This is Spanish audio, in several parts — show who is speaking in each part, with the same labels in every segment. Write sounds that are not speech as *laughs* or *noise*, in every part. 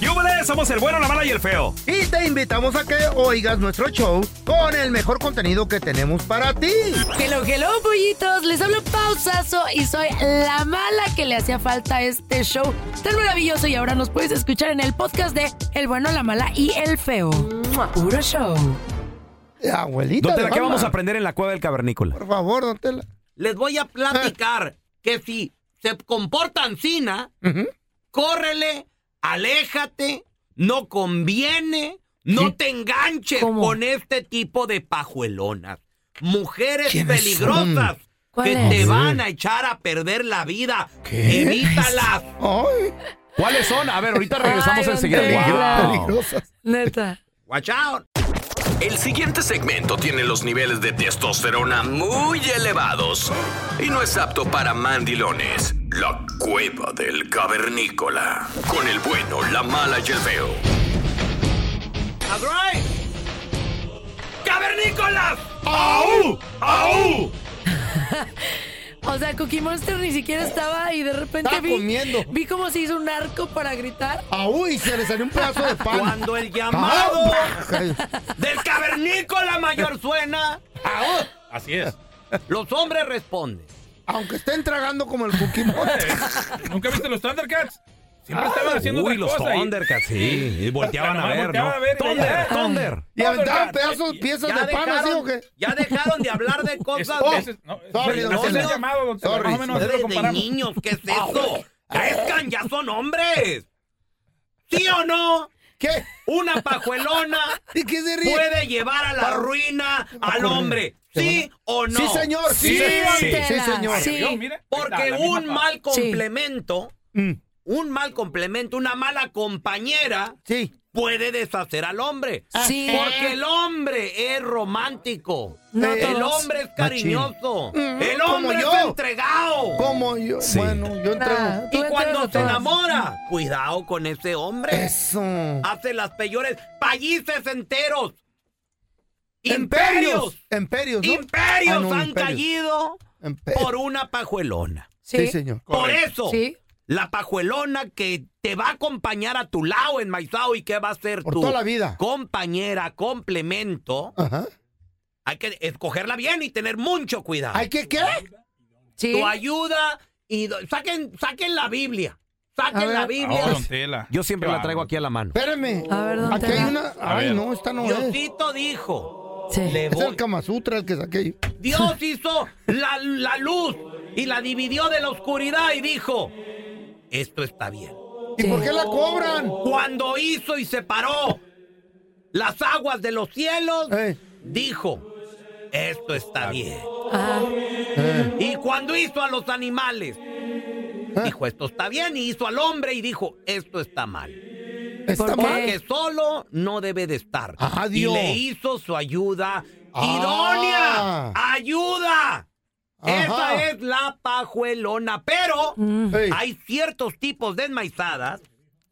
Speaker 1: ¡Yúbele! Somos el bueno, la mala y el feo.
Speaker 2: Y te invitamos a que oigas nuestro show con el mejor contenido que tenemos para ti.
Speaker 3: Hello, hello, pollitos. Les hablo pausazo y soy la mala que le hacía falta a este show tan maravilloso. Y ahora nos puedes escuchar en el podcast de El bueno, la mala y el feo. Puro show.
Speaker 2: Eh, Abuelita.
Speaker 1: Don Tela,
Speaker 2: de
Speaker 1: ¿qué
Speaker 2: mamá.
Speaker 1: vamos a aprender en la cueva del cavernícola?
Speaker 2: Por favor, don Tela.
Speaker 4: Les voy
Speaker 2: *laughs*
Speaker 4: a platicar que si se comportan sina, córrele, aléjate, no conviene, no te enganches
Speaker 3: ¿Cómo?
Speaker 4: con este tipo de pajuelonas. Mujeres
Speaker 2: ¿Quiénes
Speaker 4: peligrosas
Speaker 3: ¿Cuál
Speaker 4: que te
Speaker 3: es?
Speaker 4: van a echar a perder la vida. Evítalas.
Speaker 2: Ay,
Speaker 1: ¿Cuáles son? A ver, ahorita regresamos
Speaker 3: Ay, don
Speaker 1: enseguida.
Speaker 3: Tela.
Speaker 1: Wow.
Speaker 2: peligrosas.
Speaker 3: Neta.
Speaker 4: Watch out.
Speaker 5: El siguiente segmento tiene los niveles de testosterona muy elevados y no es apto para mandilones. La cueva del cavernícola. Con el bueno, la mala y el feo.
Speaker 4: That's right. ¡Cavernícolas!
Speaker 1: ¡Au! ¡Au!
Speaker 3: O sea, Cookie Monster ni siquiera estaba y de repente
Speaker 2: Estaba
Speaker 3: vi,
Speaker 2: comiendo.
Speaker 3: vi cómo se hizo un arco para gritar.
Speaker 2: Ah, uy, se le salió un pedazo de pan.
Speaker 4: Cuando el llamado
Speaker 2: Ah,
Speaker 4: del cavernícola mayor suena,
Speaker 2: *laughs* ah,
Speaker 1: Así
Speaker 2: *laughs*
Speaker 1: es.
Speaker 4: los hombres responden.
Speaker 2: Aunque estén tragando como el Cookie Monster.
Speaker 6: ¿Nunca viste los Thundercats?
Speaker 4: Ah.
Speaker 6: Siempre estaban haciendo
Speaker 1: Uy,
Speaker 6: otra
Speaker 1: los
Speaker 6: cosa. y-
Speaker 1: Thundercats, sí. Y volteaban a
Speaker 6: Nomás
Speaker 1: ver,
Speaker 6: volteaban
Speaker 1: ¿no?
Speaker 6: a ver y
Speaker 1: Thunder,
Speaker 6: veían.
Speaker 1: Thunder.
Speaker 2: Y aventaban
Speaker 6: Thundercats.
Speaker 2: pedazos, piezas
Speaker 4: Ya
Speaker 2: de pan así o qué.
Speaker 4: ya dejaron de hablar de
Speaker 6: Ese-
Speaker 4: cosas
Speaker 2: Oh,
Speaker 6: ese- pues, no,
Speaker 2: sorry,
Speaker 6: ese-
Speaker 2: don
Speaker 6: ese es el
Speaker 2: Tela.
Speaker 6: llamado, don Tela,
Speaker 2: Sorry,
Speaker 6: más o menos, así
Speaker 4: de
Speaker 6: lo comparamos. Ah,
Speaker 4: niños. ¿Qué es eso? ¡Crezcan! ¡Ya son hombres! ¿Sí o no?
Speaker 2: ¿Qué?
Speaker 4: Una pajuelona
Speaker 2: ¿Y qué se ríe?
Speaker 4: puede llevar a la ruina al hombre. ¿Sí o no?
Speaker 2: Sí, señor. Sí,
Speaker 3: Sí,
Speaker 2: señor.
Speaker 3: don
Speaker 2: Sí,
Speaker 3: Tela,
Speaker 2: señor.
Speaker 3: sí.
Speaker 6: Yo, mira, ahí está,
Speaker 4: Porque
Speaker 6: la misma
Speaker 4: un
Speaker 6: pa-
Speaker 4: mal
Speaker 3: Sí.
Speaker 4: complemento,
Speaker 2: Mm,
Speaker 4: un mal complemento, una mala compañera
Speaker 2: Sí.
Speaker 4: puede deshacer al hombre.
Speaker 3: Sí.
Speaker 4: Porque el hombre es romántico.
Speaker 3: No
Speaker 4: el
Speaker 3: todos.
Speaker 4: hombre es cariñoso.
Speaker 2: Machín.
Speaker 4: El
Speaker 2: Mm. Como
Speaker 4: hombre
Speaker 2: yo.
Speaker 4: es entregado.
Speaker 2: Como yo.
Speaker 1: Sí.
Speaker 2: Bueno, yo entrego.
Speaker 3: Ah,
Speaker 4: Y
Speaker 3: tú
Speaker 4: cuando
Speaker 3: entregas
Speaker 4: se
Speaker 3: a todos.
Speaker 4: enamora, cuidado con ese hombre.
Speaker 2: Eso.
Speaker 4: Hace las peores países enteros.
Speaker 2: Imperios.
Speaker 4: Imperios.
Speaker 2: Imperios. ¿no?
Speaker 4: Imperios
Speaker 2: Ah, no,
Speaker 4: han
Speaker 2: imperios.
Speaker 4: caído
Speaker 2: Imperios.
Speaker 4: por una pajuelona.
Speaker 3: Sí,
Speaker 2: Sí, señor.
Speaker 4: Por eso,
Speaker 3: Sí.
Speaker 4: la pajuelona que te va a acompañar a tu lado en Maizao y que va a ser
Speaker 2: Por
Speaker 4: tu
Speaker 2: toda la vida.
Speaker 4: compañera, complemento,
Speaker 2: Ajá.
Speaker 4: hay que escogerla bien y tener mucho cuidado.
Speaker 2: ¿Hay que qué?
Speaker 3: Sí.
Speaker 4: Tu ayuda y do- saquen, saquen la Biblia.
Speaker 3: A
Speaker 4: Saquen
Speaker 3: ver.
Speaker 4: la
Speaker 6: Oh,
Speaker 4: Biblia.
Speaker 6: don Tela.
Speaker 1: Yo siempre
Speaker 6: Qué
Speaker 1: la traigo
Speaker 6: bárbaro.
Speaker 1: aquí a la mano.
Speaker 2: Espérame.
Speaker 3: A ver, don
Speaker 2: Aquí
Speaker 3: Tela.
Speaker 2: hay una.
Speaker 6: A
Speaker 2: Ay,
Speaker 6: ver.
Speaker 2: no, esta no es.
Speaker 4: Diosito dijo.
Speaker 3: Sí.
Speaker 4: le
Speaker 2: Es
Speaker 4: voy-
Speaker 2: el Kama Sutra el que saqué yo.
Speaker 4: Dios hizo la, la luz y la dividió de la oscuridad y dijo, esto está bien.
Speaker 2: ¿Y
Speaker 3: Sí.
Speaker 2: por qué la cobran?
Speaker 4: Cuando hizo y separó las aguas de los cielos,
Speaker 2: Eh.
Speaker 4: dijo, esto está bien.
Speaker 3: Ajá.
Speaker 2: Eh,
Speaker 4: Y cuando hizo a los animales, dijo, esto está bien. Y hizo al hombre y dijo, esto está mal.
Speaker 2: está
Speaker 3: qué?
Speaker 2: mal.
Speaker 4: Porque solo no debe de estar.
Speaker 2: Ajá,
Speaker 4: y
Speaker 2: Dios.
Speaker 4: le hizo su ayuda
Speaker 2: Ah.
Speaker 4: idónea. ¡Ayuda!
Speaker 2: Ajá.
Speaker 4: Esa es la pajuelona. Pero
Speaker 3: Mm.
Speaker 2: Ey,
Speaker 4: hay ciertos tipos de enmaizadas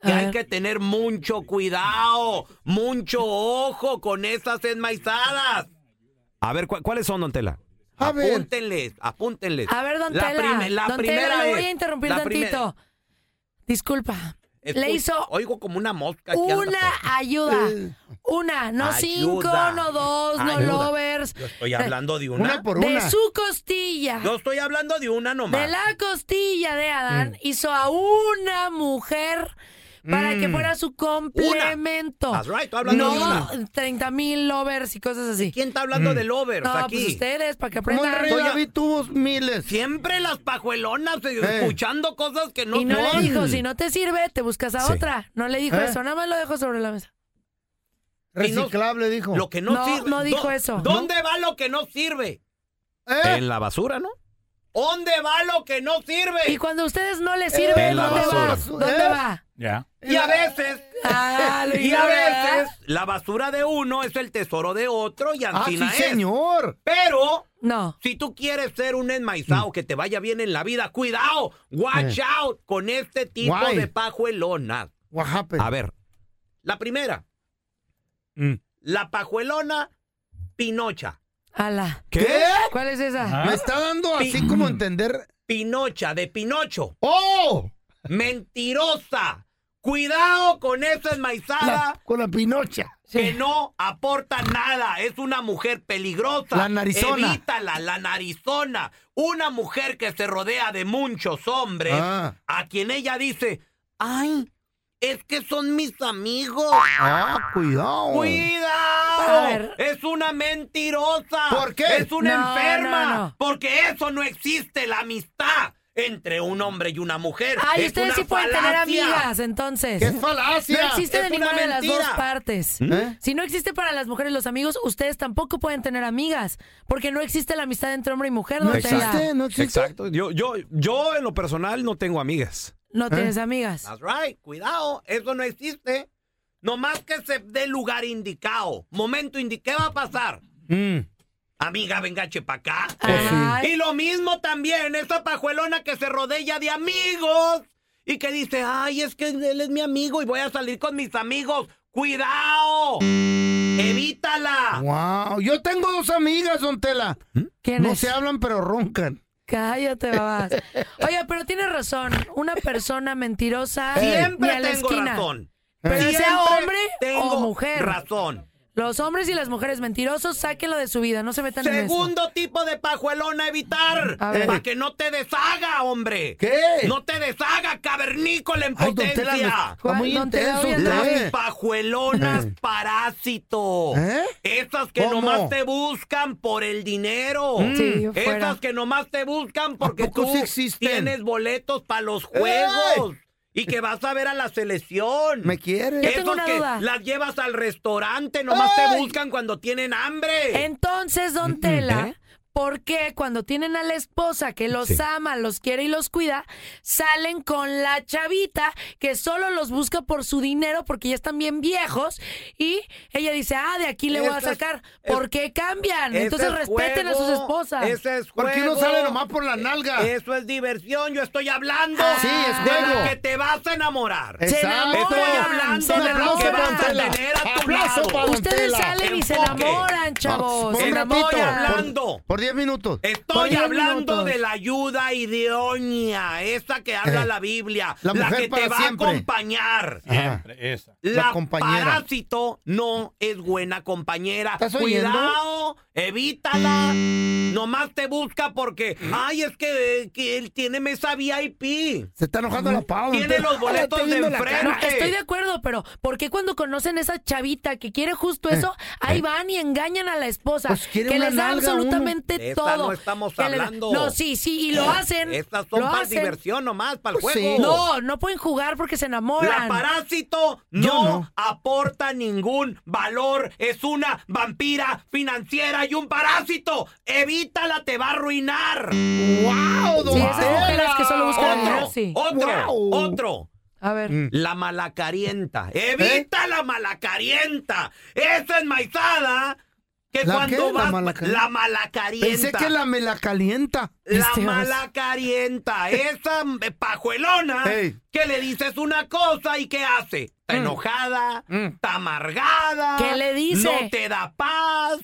Speaker 4: que
Speaker 3: A
Speaker 4: hay
Speaker 3: ver.
Speaker 4: que tener mucho cuidado, mucho ojo con esas enmaizadas.
Speaker 1: A ver, ¿cu- ¿cuáles son, Don Tela?
Speaker 2: A ver.
Speaker 4: Apúntenles, apúntenles.
Speaker 3: A ver, don
Speaker 4: La
Speaker 3: Tela.
Speaker 4: prime- la
Speaker 3: don
Speaker 4: primera
Speaker 3: Tela, le voy
Speaker 4: es-
Speaker 3: a interrumpir
Speaker 4: la
Speaker 3: tantito.
Speaker 4: primera- Eh,
Speaker 3: Disculpa.
Speaker 4: Escucha,
Speaker 3: le hizo
Speaker 4: Oigo como una mosca. que anda
Speaker 3: una
Speaker 4: por-
Speaker 3: ayuda. Una, no
Speaker 4: Ayuda.
Speaker 3: cinco, no dos, no
Speaker 4: Ayuda.
Speaker 3: lovers.
Speaker 4: Yo estoy hablando de una.
Speaker 2: Una por
Speaker 3: De
Speaker 2: una.
Speaker 3: su costilla.
Speaker 4: Yo estoy hablando de una nomás. Mm.
Speaker 3: De la costilla de Adán hizo a una mujer para que fuera su complemento.
Speaker 4: Mm. That's right, estoy hablando de
Speaker 3: No, 30 mil lovers y cosas así.
Speaker 4: ¿Quién está hablando de lovers
Speaker 3: No,
Speaker 4: aquí?
Speaker 3: pues ustedes, para que
Speaker 2: Como el
Speaker 3: aprendan.
Speaker 2: rey
Speaker 4: Oye.
Speaker 2: David tuvo miles.
Speaker 4: Siempre las pajuelonas eh, escuchando cosas que no
Speaker 3: y no
Speaker 4: son.
Speaker 3: le dijo, si no te sirve, te buscas a
Speaker 1: Sí.
Speaker 3: otra. No le dijo
Speaker 2: ¿Eh?
Speaker 3: eso, nada más lo dejó sobre la mesa.
Speaker 2: Reciclable, dijo.
Speaker 4: Lo que no,
Speaker 3: No,
Speaker 4: sirve.
Speaker 3: no dijo
Speaker 4: ¿Dó-
Speaker 3: eso.
Speaker 4: ¿Dónde va lo que no sirve?
Speaker 2: ¿Eh?
Speaker 1: En la basura, ¿no?
Speaker 4: ¿Dónde va lo que no
Speaker 3: Y
Speaker 4: sirve?
Speaker 3: cuando a ustedes no
Speaker 4: Eh,
Speaker 3: les sirve,
Speaker 1: En la
Speaker 3: ¿dónde va?
Speaker 2: basura.
Speaker 3: ¿Dónde
Speaker 2: ¿Eh?
Speaker 4: *laughs*
Speaker 3: va?
Speaker 6: Ya.
Speaker 4: Y a veces,
Speaker 3: Ah, lo
Speaker 4: y a
Speaker 3: ignora, ¿verdad?
Speaker 4: veces, la basura de uno es el tesoro de otro y
Speaker 2: Ah,
Speaker 4: así
Speaker 2: sí,
Speaker 4: es.
Speaker 2: señor.
Speaker 4: Pero,
Speaker 3: No.
Speaker 4: si tú quieres ser un enmaizado que te vaya bien en la vida, cuidado, watch out con este tipo
Speaker 2: Why?
Speaker 4: de pajuelonas.
Speaker 2: What
Speaker 4: Pues.
Speaker 2: happened?
Speaker 1: A ver.
Speaker 4: La primera, Mm. la pajuelona pinocha.
Speaker 3: Ala.
Speaker 2: ¿Qué?
Speaker 3: ¿Cuál es esa?
Speaker 6: Ajá.
Speaker 2: Me está dando así
Speaker 4: Pi-
Speaker 2: como entender.
Speaker 4: Pinocha, de Pinocho.
Speaker 2: ¡Oh!
Speaker 4: Mentirosa. Cuidado con esa enmaizada
Speaker 2: La- con la pinocha.
Speaker 4: que no aporta nada. Es una mujer peligrosa.
Speaker 2: La narizona.
Speaker 4: Evítala, la narizona. Una mujer que se rodea de muchos hombres
Speaker 2: Ah.
Speaker 4: a quien ella dice, ay, es que son mis amigos.
Speaker 2: Ah, cuidado.
Speaker 3: A
Speaker 4: ¡Cuidado!
Speaker 3: ver.
Speaker 4: Es una mentirosa.
Speaker 2: ¿Por qué?
Speaker 4: Es una
Speaker 3: No,
Speaker 4: enferma.
Speaker 3: no, no.
Speaker 4: Porque eso no existe, la amistad entre un hombre y una mujer.
Speaker 3: Ay,
Speaker 4: Es
Speaker 3: ustedes
Speaker 4: una
Speaker 3: sí pueden tener
Speaker 4: falacia.
Speaker 3: amigas,
Speaker 2: ¡Qué
Speaker 3: entonces.
Speaker 2: es falacia!
Speaker 3: No existe
Speaker 4: es
Speaker 3: de
Speaker 4: una
Speaker 3: ninguna de las dos
Speaker 4: mentira. ¿Mm?
Speaker 3: partes.
Speaker 2: ¿Eh?
Speaker 3: Si no existe para las mujeres los amigos, ustedes tampoco pueden tener amigas, porque no existe la amistad entre hombre y mujer,
Speaker 2: No
Speaker 3: don Tela.
Speaker 2: existe, no existe.
Speaker 1: Exacto. Yo, yo, yo en lo personal no tengo amigas.
Speaker 3: No
Speaker 4: ¿Eh?
Speaker 3: tienes amigas.
Speaker 4: That's right. Cuidado, eso no existe. Nomás que se dé lugar indicado, momento indicado. ¿Qué va a pasar?
Speaker 2: Mm.
Speaker 4: Amiga, venga, chepa acá.
Speaker 3: Ay,
Speaker 4: Y lo mismo también, esa pajuelona que se rodea de amigos y que dice, ay, es que él es mi amigo y voy a salir con mis amigos. ¡Cuidado! ¡Evítala!
Speaker 2: Wow, yo tengo dos amigas, don Tela.
Speaker 3: ¿Quién
Speaker 2: No
Speaker 3: es?
Speaker 2: se hablan, pero roncan.
Speaker 3: Cállate, babás. Oye, pero tienes razón. Una persona mentirosa ni
Speaker 4: Siempre
Speaker 3: a la
Speaker 4: tengo
Speaker 3: esquina.
Speaker 4: razón.
Speaker 3: Pero
Speaker 4: Siempre
Speaker 3: sea hombre
Speaker 4: tengo
Speaker 3: o mujer.
Speaker 4: razón.
Speaker 3: Los hombres y las mujeres mentirosos, sáquenlo de su vida, no se metan en eso.
Speaker 4: Segundo tipo de pajuelona a evitar.
Speaker 3: A ver.
Speaker 4: Para que no te deshaga, hombre.
Speaker 2: ¿Qué?
Speaker 4: No te deshaga, cavernícola en
Speaker 2: Ay, don Tela, me-
Speaker 4: potencia.
Speaker 2: está muy
Speaker 3: ¿Cuál? Don Tela,
Speaker 2: intenso
Speaker 3: oye,
Speaker 2: usted.
Speaker 4: Pajuelonas parásito.
Speaker 2: ¿Eh?
Speaker 4: Esas que
Speaker 2: ¿Cómo? Mm.
Speaker 4: nomás te buscan por el dinero.
Speaker 3: Sí, yo fuera.
Speaker 4: Esas que nomás te buscan porque
Speaker 2: poco
Speaker 4: tú
Speaker 2: sí existen? ¡Eh!
Speaker 4: tienes boletos para los juegos. Y que vas a ver a la selección.
Speaker 2: ¿Me
Speaker 3: Yo
Speaker 2: quiere?
Speaker 3: tengo
Speaker 4: Esos
Speaker 3: una
Speaker 4: que
Speaker 3: duda.
Speaker 4: las llevas al restaurante, nomás te
Speaker 2: ¡Ey!
Speaker 4: buscan cuando tienen hambre.
Speaker 3: Entonces, don Tela,
Speaker 2: ¿eh?
Speaker 3: ¿por qué cuando tienen a la esposa que los ama, los quiere y los cuida, salen con la chavita que solo los busca por su dinero porque ya están bien viejos y ella dice, ah, de aquí le voy a
Speaker 4: Esa es-
Speaker 3: sacar?
Speaker 4: es-
Speaker 3: ¿Por qué cambian?
Speaker 4: Ese
Speaker 3: Entonces
Speaker 4: es
Speaker 3: respeten a
Speaker 4: juego,
Speaker 3: sus esposas.
Speaker 4: Ese es
Speaker 2: ¿Por qué no
Speaker 4: juego.
Speaker 2: sale nomás por la nalga? Ah,
Speaker 4: Eso es diversión, yo estoy hablando.
Speaker 2: Sí, es
Speaker 4: de
Speaker 2: juego.
Speaker 4: la que te vas a enamorar.
Speaker 2: Eh,
Speaker 3: Se
Speaker 2: Exacto.
Speaker 3: enamoran,
Speaker 4: Estoy
Speaker 3: se
Speaker 4: hablando
Speaker 2: Un
Speaker 4: de la
Speaker 2: aplauso
Speaker 4: que
Speaker 2: para
Speaker 4: vas a
Speaker 3: enamoran.
Speaker 2: Antela.
Speaker 4: tener a tu
Speaker 2: Aplauso
Speaker 4: lado.
Speaker 2: para Don
Speaker 3: Ustedes
Speaker 2: Tela.
Speaker 3: salen y se
Speaker 4: Enfoque.
Speaker 3: enamoran, chavos.
Speaker 2: Por
Speaker 3: Se
Speaker 2: un ratito.
Speaker 3: enamoran.
Speaker 4: Hablando.
Speaker 2: Por 10 minutos.
Speaker 3: Por
Speaker 4: Estoy
Speaker 3: diez
Speaker 4: hablando
Speaker 3: minutos.
Speaker 4: de la ayuda ideonia, esa que habla
Speaker 2: Eh,
Speaker 4: la Biblia,
Speaker 2: la
Speaker 4: la,
Speaker 2: mujer
Speaker 4: que
Speaker 2: para
Speaker 4: te va
Speaker 2: siempre.
Speaker 4: a acompañar.
Speaker 2: Ajá.
Speaker 6: Esa.
Speaker 2: La
Speaker 4: La,
Speaker 2: compañera.
Speaker 4: parásito no es buena compañera.
Speaker 2: ¿Estás oyendo? Mm.
Speaker 4: Cuidado, evítala. Nomás te busca porque, ay, es que, eh, que él tiene mesa VIP.
Speaker 2: Se está enojando la pava. don
Speaker 4: Tiene
Speaker 2: Tela.
Speaker 4: los boletos
Speaker 2: Está viendo
Speaker 4: de
Speaker 2: la cara.
Speaker 4: enfrente.
Speaker 3: No, Ah, estoy de acuerdo, pero ¿por qué cuando conocen a esa chavita que quiere justo eso, ahí van y engañan a la esposa?
Speaker 2: Eh, Pues quiere
Speaker 3: que
Speaker 2: una
Speaker 3: les da
Speaker 2: nalga uno.
Speaker 3: absolutamente
Speaker 4: De esta
Speaker 3: todo.
Speaker 4: no estamos
Speaker 3: Que les da-
Speaker 4: hablando. Eh,
Speaker 3: No, sí, sí, y lo hacen.
Speaker 4: Estas son
Speaker 3: lo
Speaker 4: para
Speaker 3: hacen.
Speaker 4: diversión nomás, para el
Speaker 2: Pues
Speaker 4: juego.
Speaker 2: sí.
Speaker 3: No, no pueden jugar porque se
Speaker 4: La
Speaker 3: enamoran.
Speaker 4: parásito
Speaker 2: Yo
Speaker 4: no,
Speaker 2: no.
Speaker 4: aporta ningún valor. Es una vampira financiera y un parásito. Evítala, te va a arruinar.
Speaker 2: ¡Wow, don
Speaker 3: Sí, esas mujeres
Speaker 2: Tela!
Speaker 3: que solo buscan el dinero,
Speaker 4: Otro,
Speaker 3: sí.
Speaker 4: otro,
Speaker 2: Wow.
Speaker 4: otro.
Speaker 3: A ver.
Speaker 4: La malacarienta. Evita la malacarienta. Esa enmaizada que
Speaker 2: ¿La
Speaker 4: cuando
Speaker 2: qué? ¿La
Speaker 4: vas...
Speaker 2: malacarienta?
Speaker 4: La malacarienta.
Speaker 2: Pensé que la me la calienta.
Speaker 4: La
Speaker 3: Este vas.
Speaker 4: malacarienta, esa eh, pajuelona
Speaker 2: Ey.
Speaker 4: que le dices una cosa y ¿qué hace? Está enojada, está amargada.
Speaker 3: ¿Qué le dice?
Speaker 4: No te da paz.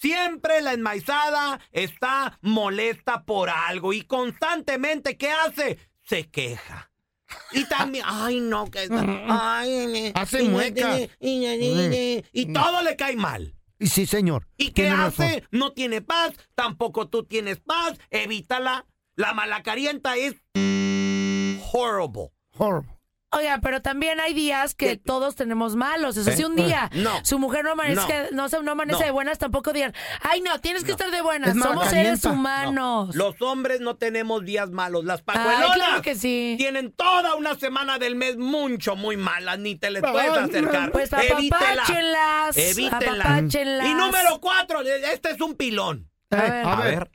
Speaker 4: Siempre la enmaizada está molesta por algo y constantemente ¿qué hace? Se queja. Y también, ay no, que ay, ne-
Speaker 2: Hace
Speaker 4: y ne-
Speaker 2: muecas.
Speaker 4: y ne- y ne- y todo le cae mal.
Speaker 2: Y sí, señor.
Speaker 4: ¿Y qué
Speaker 2: Tiene
Speaker 4: hace?
Speaker 2: razón.
Speaker 4: No tiene paz, tampoco tú tienes paz, evítala. La malacarienta es horrible.
Speaker 2: Horrible.
Speaker 3: Oiga, pero también hay días que todos tenemos malos. Eso sí, un día
Speaker 4: ¿Eh? No.
Speaker 3: su mujer no amanece, no, se- no amanece
Speaker 4: No.
Speaker 3: de buenas, tampoco digan, ay, no, tienes que estar de buenas.
Speaker 2: Es mala
Speaker 3: Somos
Speaker 2: calienta.
Speaker 3: seres humanos.
Speaker 4: Los hombres no tenemos días malos, las
Speaker 3: Pues- Ay,
Speaker 4: pajuelonas
Speaker 3: claro que sí.
Speaker 4: tienen toda una semana del mes mucho muy malas, ni te les puedes
Speaker 2: Ay,
Speaker 4: acercar.
Speaker 3: Pues
Speaker 4: evítela.
Speaker 3: apapáchenlas.
Speaker 4: Evítela.
Speaker 3: Apapáchenlas.
Speaker 4: Y número cuatro, este es un pilón.
Speaker 3: A ver.
Speaker 2: Eh, A ver.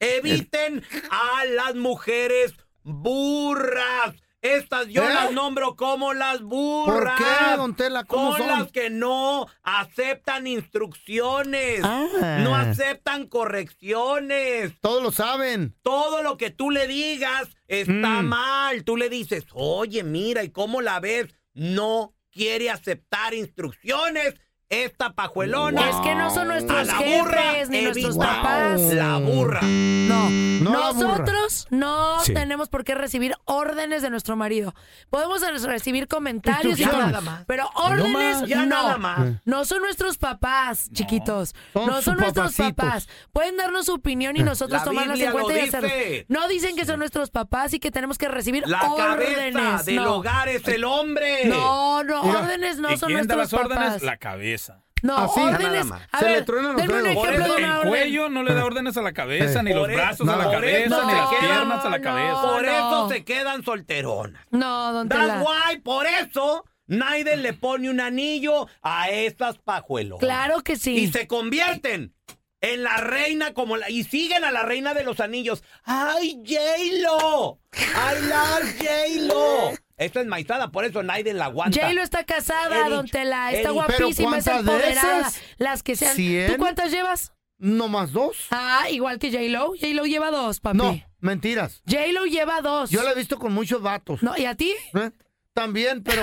Speaker 4: Eviten a las mujeres burras. Estas yo
Speaker 2: ¿Eh?
Speaker 4: las nombro como las burras.
Speaker 2: qué, don Tela? ¿Cómo
Speaker 4: son?
Speaker 2: son?
Speaker 4: las que no aceptan instrucciones,
Speaker 2: Ah.
Speaker 4: no aceptan correcciones.
Speaker 2: Todos lo saben.
Speaker 4: Todo lo que tú le digas
Speaker 2: Mm.
Speaker 4: está mal. Tú le dices, oye, mira, ¿y cómo la ves? No quiere aceptar instrucciones. esta pajuelona.
Speaker 3: Es que no son
Speaker 4: a
Speaker 3: nuestros
Speaker 4: la burra
Speaker 3: jefes ni nuestros
Speaker 4: evita
Speaker 3: papás.
Speaker 4: La burra.
Speaker 3: No,
Speaker 2: No la burra.
Speaker 3: nosotros no
Speaker 1: Sí.
Speaker 3: tenemos por qué recibir órdenes de nuestro marido. Podemos recibir comentarios y
Speaker 4: Instrucciones.
Speaker 3: todo,
Speaker 4: Nada más.
Speaker 3: pero
Speaker 6: más,
Speaker 3: órdenes
Speaker 4: ya
Speaker 3: no.
Speaker 4: nada más.
Speaker 3: No son nuestros papás, chiquitos.
Speaker 2: Son
Speaker 3: no son
Speaker 2: sus
Speaker 3: nuestros
Speaker 2: papacitos.
Speaker 3: papás. Pueden darnos su opinión y nosotros
Speaker 4: La
Speaker 3: tomarlas en
Speaker 4: Biblia lo
Speaker 3: cuenta y
Speaker 4: dice.
Speaker 3: hacerlo. No dicen que son nuestros papás y que tenemos que recibir
Speaker 4: La
Speaker 3: órdenes.
Speaker 4: cabeza del
Speaker 3: no.
Speaker 4: hogar es el hombre.
Speaker 3: No, no, órdenes no
Speaker 6: ¿Y
Speaker 3: son
Speaker 6: quién da
Speaker 3: nuestros
Speaker 6: las órdenes?
Speaker 3: papás.
Speaker 6: La cabeza.
Speaker 3: No,
Speaker 2: Así,
Speaker 3: órdenes.
Speaker 4: nada más.
Speaker 3: A
Speaker 2: Se le
Speaker 3: ver,
Speaker 2: truenan los
Speaker 3: denme un
Speaker 2: dedos.
Speaker 6: Por
Speaker 3: ejemplo
Speaker 6: eso
Speaker 3: de
Speaker 6: el
Speaker 3: una orden.
Speaker 6: cuello no le da órdenes a la cabeza,
Speaker 2: Sí.
Speaker 6: ni los
Speaker 4: Por eso-
Speaker 6: brazos a
Speaker 4: no,
Speaker 6: la
Speaker 4: por eso
Speaker 6: cabeza, ni
Speaker 4: se
Speaker 6: las
Speaker 4: quedan-
Speaker 6: piernas a la
Speaker 3: no.
Speaker 6: cabeza.
Speaker 4: Por
Speaker 3: no.
Speaker 4: eso se quedan solteronas.
Speaker 3: No, don
Speaker 4: That's
Speaker 3: Tela.
Speaker 4: why, por eso, nadie le pone un anillo a estas pajuelonas.
Speaker 3: Claro que sí.
Speaker 4: Y se convierten en la reina como la... Y siguen a la reina de los anillos. ¡Ay, J-Lo! ¡I love J-Lo! Esta es maizada, por eso nadie la aguanta.
Speaker 3: J-Lo está casada,
Speaker 4: Eric,
Speaker 3: don Tela. Está
Speaker 4: Eric,
Speaker 2: pero
Speaker 3: guapísima, es
Speaker 2: ¿cuántas de
Speaker 3: empoderada.
Speaker 2: esas?
Speaker 3: Las que sean.
Speaker 2: ¿Cien?
Speaker 3: ¿Tú cuántas llevas?
Speaker 2: No más dos.
Speaker 3: Ah, igual que J-Lo. J-Lo lleva dos, papi.
Speaker 2: No, mentiras.
Speaker 3: J-Lo lleva dos.
Speaker 2: Yo la he visto con muchos vatos.
Speaker 3: No, ¿y a ti?
Speaker 2: ¿eh? También, pero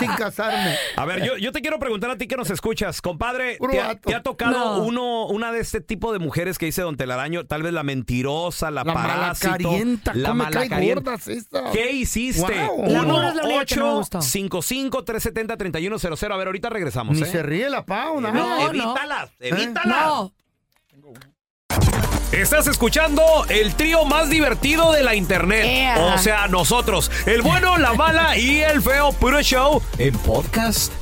Speaker 2: sin casarme.
Speaker 1: A ver, yo, yo te quiero preguntar a ti que nos escuchas, compadre.
Speaker 2: Puro
Speaker 1: ¿Te ha,
Speaker 2: vato.
Speaker 1: te ha tocado
Speaker 3: No.
Speaker 1: uno, una de este tipo de mujeres que dice Don Telaraño? Tal vez la mentirosa, la,
Speaker 2: La
Speaker 1: parásito.
Speaker 2: malacarienta,
Speaker 1: la
Speaker 2: come cae
Speaker 1: malacarienta.
Speaker 2: gordas esta.
Speaker 1: ¿Qué hiciste?
Speaker 2: Guau.
Speaker 3: La gorda es la única que no me
Speaker 1: 1
Speaker 3: gustó.
Speaker 1: 55 370 3100 A ver, ahorita regresamos,
Speaker 2: Ni
Speaker 1: ¿eh?
Speaker 2: se ríe la Pau, nada. ¿Eh?
Speaker 4: No,
Speaker 3: No, no.
Speaker 4: evítalas, evítalas.
Speaker 3: No.
Speaker 1: Estás escuchando el trío más divertido de la internet.
Speaker 3: Ea.
Speaker 1: O sea, nosotros, el bueno, la mala y el feo puro show en podcast.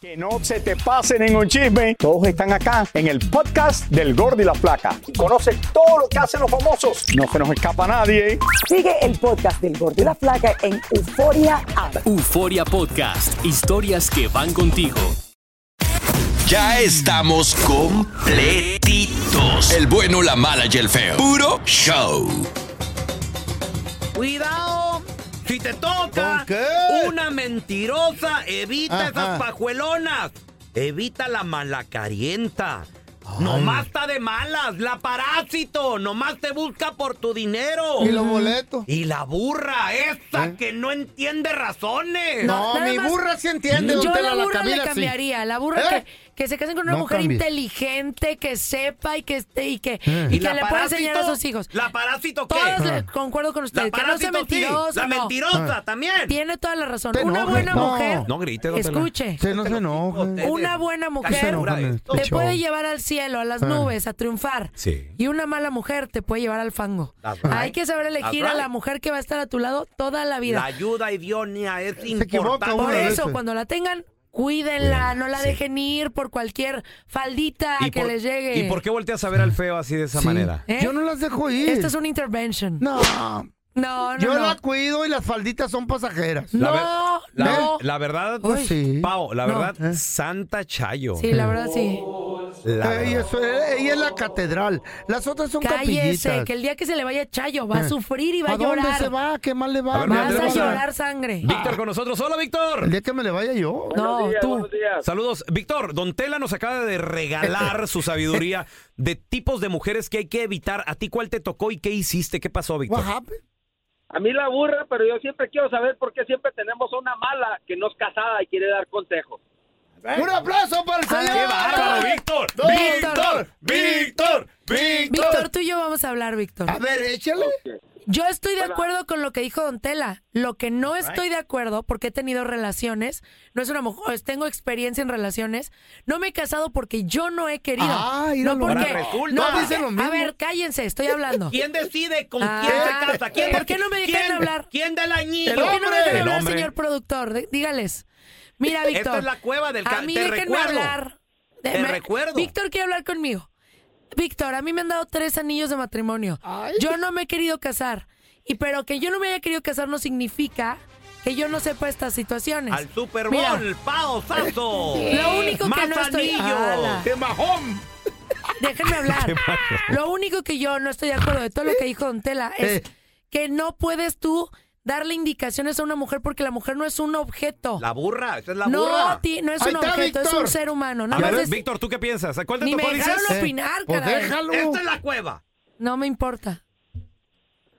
Speaker 7: Que no se te pase ningún chisme. Todos están acá en el podcast del Gordi y la Flaca. Y conoce todo lo que hacen los famosos. No se nos escapa nadie.
Speaker 8: Sigue el podcast del Gordo y la Flaca en Euforia App.
Speaker 9: Euforia Podcast, historias que van contigo.
Speaker 5: Ya estamos completitos. El bueno, la mala y el feo. Puro show.
Speaker 4: Cuidado. Si te toca
Speaker 2: ¿Con qué?
Speaker 4: una mentirosa, evita
Speaker 2: Ajá.
Speaker 4: esas pajuelonas. Evita la malacarienta. Nomás está de malas, la parásito, nomás te busca por tu dinero.
Speaker 2: Y los boletos.
Speaker 4: Y la burra, esa
Speaker 2: ¿Eh?
Speaker 4: que no entiende razones.
Speaker 2: No,
Speaker 3: nada
Speaker 2: mi
Speaker 3: más-
Speaker 2: burra sí entiende, don
Speaker 3: Yo
Speaker 2: Tela,
Speaker 3: la
Speaker 2: la
Speaker 3: burra
Speaker 2: Camila
Speaker 3: le
Speaker 2: sí.
Speaker 3: cambiaría. La burra
Speaker 2: ¿Eh?
Speaker 3: que, que se casen con una
Speaker 2: No
Speaker 3: mujer
Speaker 2: cambie.
Speaker 3: inteligente, que sepa y que esté y que, y que
Speaker 4: la
Speaker 3: le pueda enseñar a
Speaker 4: parásito?
Speaker 3: sus hijos.
Speaker 4: ¿La parásito qué? ¿Eh?
Speaker 3: Todas le- concuerdo con
Speaker 4: La
Speaker 3: ustedes. Que no sea
Speaker 4: parásito sí,
Speaker 3: mentirosa.
Speaker 4: la
Speaker 3: no.
Speaker 4: mentirosa
Speaker 2: Ah.
Speaker 4: también.
Speaker 3: Tiene toda la razón.
Speaker 2: Te
Speaker 3: Una
Speaker 2: enojes,
Speaker 3: buena
Speaker 2: no.
Speaker 3: mujer.
Speaker 1: No grite, don Tela.
Speaker 3: Escuche.
Speaker 2: Se no se enoje.
Speaker 3: Una buena mujer
Speaker 2: se enoja, me
Speaker 3: te
Speaker 2: escuchó.
Speaker 3: puede llevar al cielo, a las nubes, a triunfar.
Speaker 1: Sí.
Speaker 3: Y una mala mujer te puede llevar al fango.
Speaker 4: That's right.
Speaker 3: Hay que saber elegir
Speaker 4: That's
Speaker 3: a la
Speaker 4: right.
Speaker 3: mujer que va a estar a tu lado toda la
Speaker 4: La
Speaker 3: vida.
Speaker 4: ayuda idónea es
Speaker 2: equivoca
Speaker 4: importante.
Speaker 2: uno ¿eh?
Speaker 3: por
Speaker 2: de
Speaker 3: eso,
Speaker 2: veces.
Speaker 3: cuando la tengan, cuídenla, no la dejen ir por cualquier faldita
Speaker 1: ¿Y
Speaker 3: que
Speaker 1: por-
Speaker 3: les llegue.
Speaker 1: ¿Y por qué volteas a ver al feo así de esa
Speaker 2: Sí.
Speaker 1: manera?
Speaker 3: ¿Eh?
Speaker 2: Yo no las dejo ir.
Speaker 3: Esta es una intervention. No,
Speaker 2: No,
Speaker 3: no, no.
Speaker 2: yo la cuido y las falditas son pasajeras.
Speaker 1: La
Speaker 3: No,
Speaker 1: ver- la,
Speaker 3: no.
Speaker 1: la verdad,
Speaker 2: Pues sí. Eh.
Speaker 1: Pau, la
Speaker 3: No.
Speaker 1: verdad, Santa Chayo.
Speaker 3: Sí, la verdad sí.
Speaker 1: La
Speaker 2: Eh, y
Speaker 1: verdad.
Speaker 2: eso, eh, ella es la catedral. Las otras son
Speaker 3: Cállese,
Speaker 2: capillitas.
Speaker 3: que el día que se le vaya Chayo va a sufrir y va a,
Speaker 2: ¿A dónde
Speaker 3: llorar.
Speaker 2: se va? ¿Qué mal le va?
Speaker 1: A ver, mira,
Speaker 3: Vas a
Speaker 1: tenemos a-
Speaker 3: llorar sangre.
Speaker 1: Víctor con nosotros. Hola,
Speaker 2: El
Speaker 1: Víctor.
Speaker 2: día que me le vaya yo.
Speaker 3: No, tú.
Speaker 1: Saludos. Víctor, Don Tela nos acaba de regalar su sabiduría de tipos de mujeres que hay que evitar. ¿A ti cuál te tocó y qué hiciste? ¿Qué pasó, Víctor?
Speaker 2: What happened?
Speaker 10: A mí la burra, pero yo siempre quiero saber por qué siempre tenemos una mala que no es casada y quiere dar consejos.
Speaker 2: Un aplauso para el
Speaker 3: A ver,
Speaker 2: señor.
Speaker 3: Ah, qué bárbaro,
Speaker 1: Víctor!
Speaker 3: Víctor,
Speaker 1: ¡Víctor!
Speaker 3: Víctor, tú y yo vamos a hablar, Víctor.
Speaker 2: A ver, échale.
Speaker 3: Yo estoy de acuerdo con lo que dijo Don Tela. Lo que no estoy de acuerdo, porque he tenido relaciones, no es una mujer, es- tengo experiencia en relaciones, no me he casado porque yo no he querido.
Speaker 2: Ah, mira
Speaker 3: no
Speaker 2: nomás.
Speaker 3: porque,
Speaker 4: Ahora resulta.
Speaker 3: no
Speaker 4: Ah,
Speaker 3: porque-
Speaker 2: dicen lo
Speaker 3: A
Speaker 2: mismo.
Speaker 3: ver, cállense, estoy hablando.
Speaker 4: ¿Quién decide con
Speaker 3: Ah,
Speaker 4: quién se casa? ¿Quién
Speaker 3: ¿por qué no me dejan
Speaker 4: quién-
Speaker 3: hablar?
Speaker 4: ¿Quién de la niña?
Speaker 3: ¿Por qué no me dejan
Speaker 1: El
Speaker 3: hablar,
Speaker 1: hombre.
Speaker 3: señor productor? Dí- Dígales. Mira,
Speaker 4: Esta
Speaker 3: Víctor.
Speaker 4: es la cueva del
Speaker 3: A
Speaker 4: ca-
Speaker 3: mí
Speaker 4: te
Speaker 3: déjenme
Speaker 4: recuerdo.
Speaker 3: hablar. De-
Speaker 4: Te
Speaker 3: me-
Speaker 4: recuerdo.
Speaker 3: Víctor quiere hablar conmigo. Víctor, a mí me han dado tres anillos de matrimonio. Yo no me he querido casar. Y pero que yo no me haya querido casar no significa que yo no sepa estas situaciones.
Speaker 4: Al Super Bowl,
Speaker 3: Mira,
Speaker 4: Pao Sazo.
Speaker 3: Lo único que
Speaker 4: Más
Speaker 3: no estoy-
Speaker 4: anillos.
Speaker 3: ¡Hala!
Speaker 6: ¡Qué majón!
Speaker 3: Déjenme hablar. Lo único que yo no estoy de acuerdo de todo lo que dijo Don Tela es
Speaker 2: Eh.
Speaker 3: que no puedes tú darle indicaciones a una mujer porque la mujer no es un objeto.
Speaker 4: La burra, esa es la
Speaker 3: no,
Speaker 4: burra.
Speaker 3: ti- no es
Speaker 2: Ahí
Speaker 3: un
Speaker 2: está,
Speaker 3: objeto, es
Speaker 2: Víctor.
Speaker 3: un ser humano.
Speaker 1: A
Speaker 3: Nada
Speaker 1: ver,
Speaker 3: más es-
Speaker 1: Víctor, ¿tú qué piensas? ¿A cuál te
Speaker 3: Ni me
Speaker 1: tocó, dices?
Speaker 3: dejaron opinar,
Speaker 2: Pues
Speaker 3: caray.
Speaker 2: déjalo.
Speaker 1: Este
Speaker 4: Esta es la cueva.
Speaker 3: No me importa.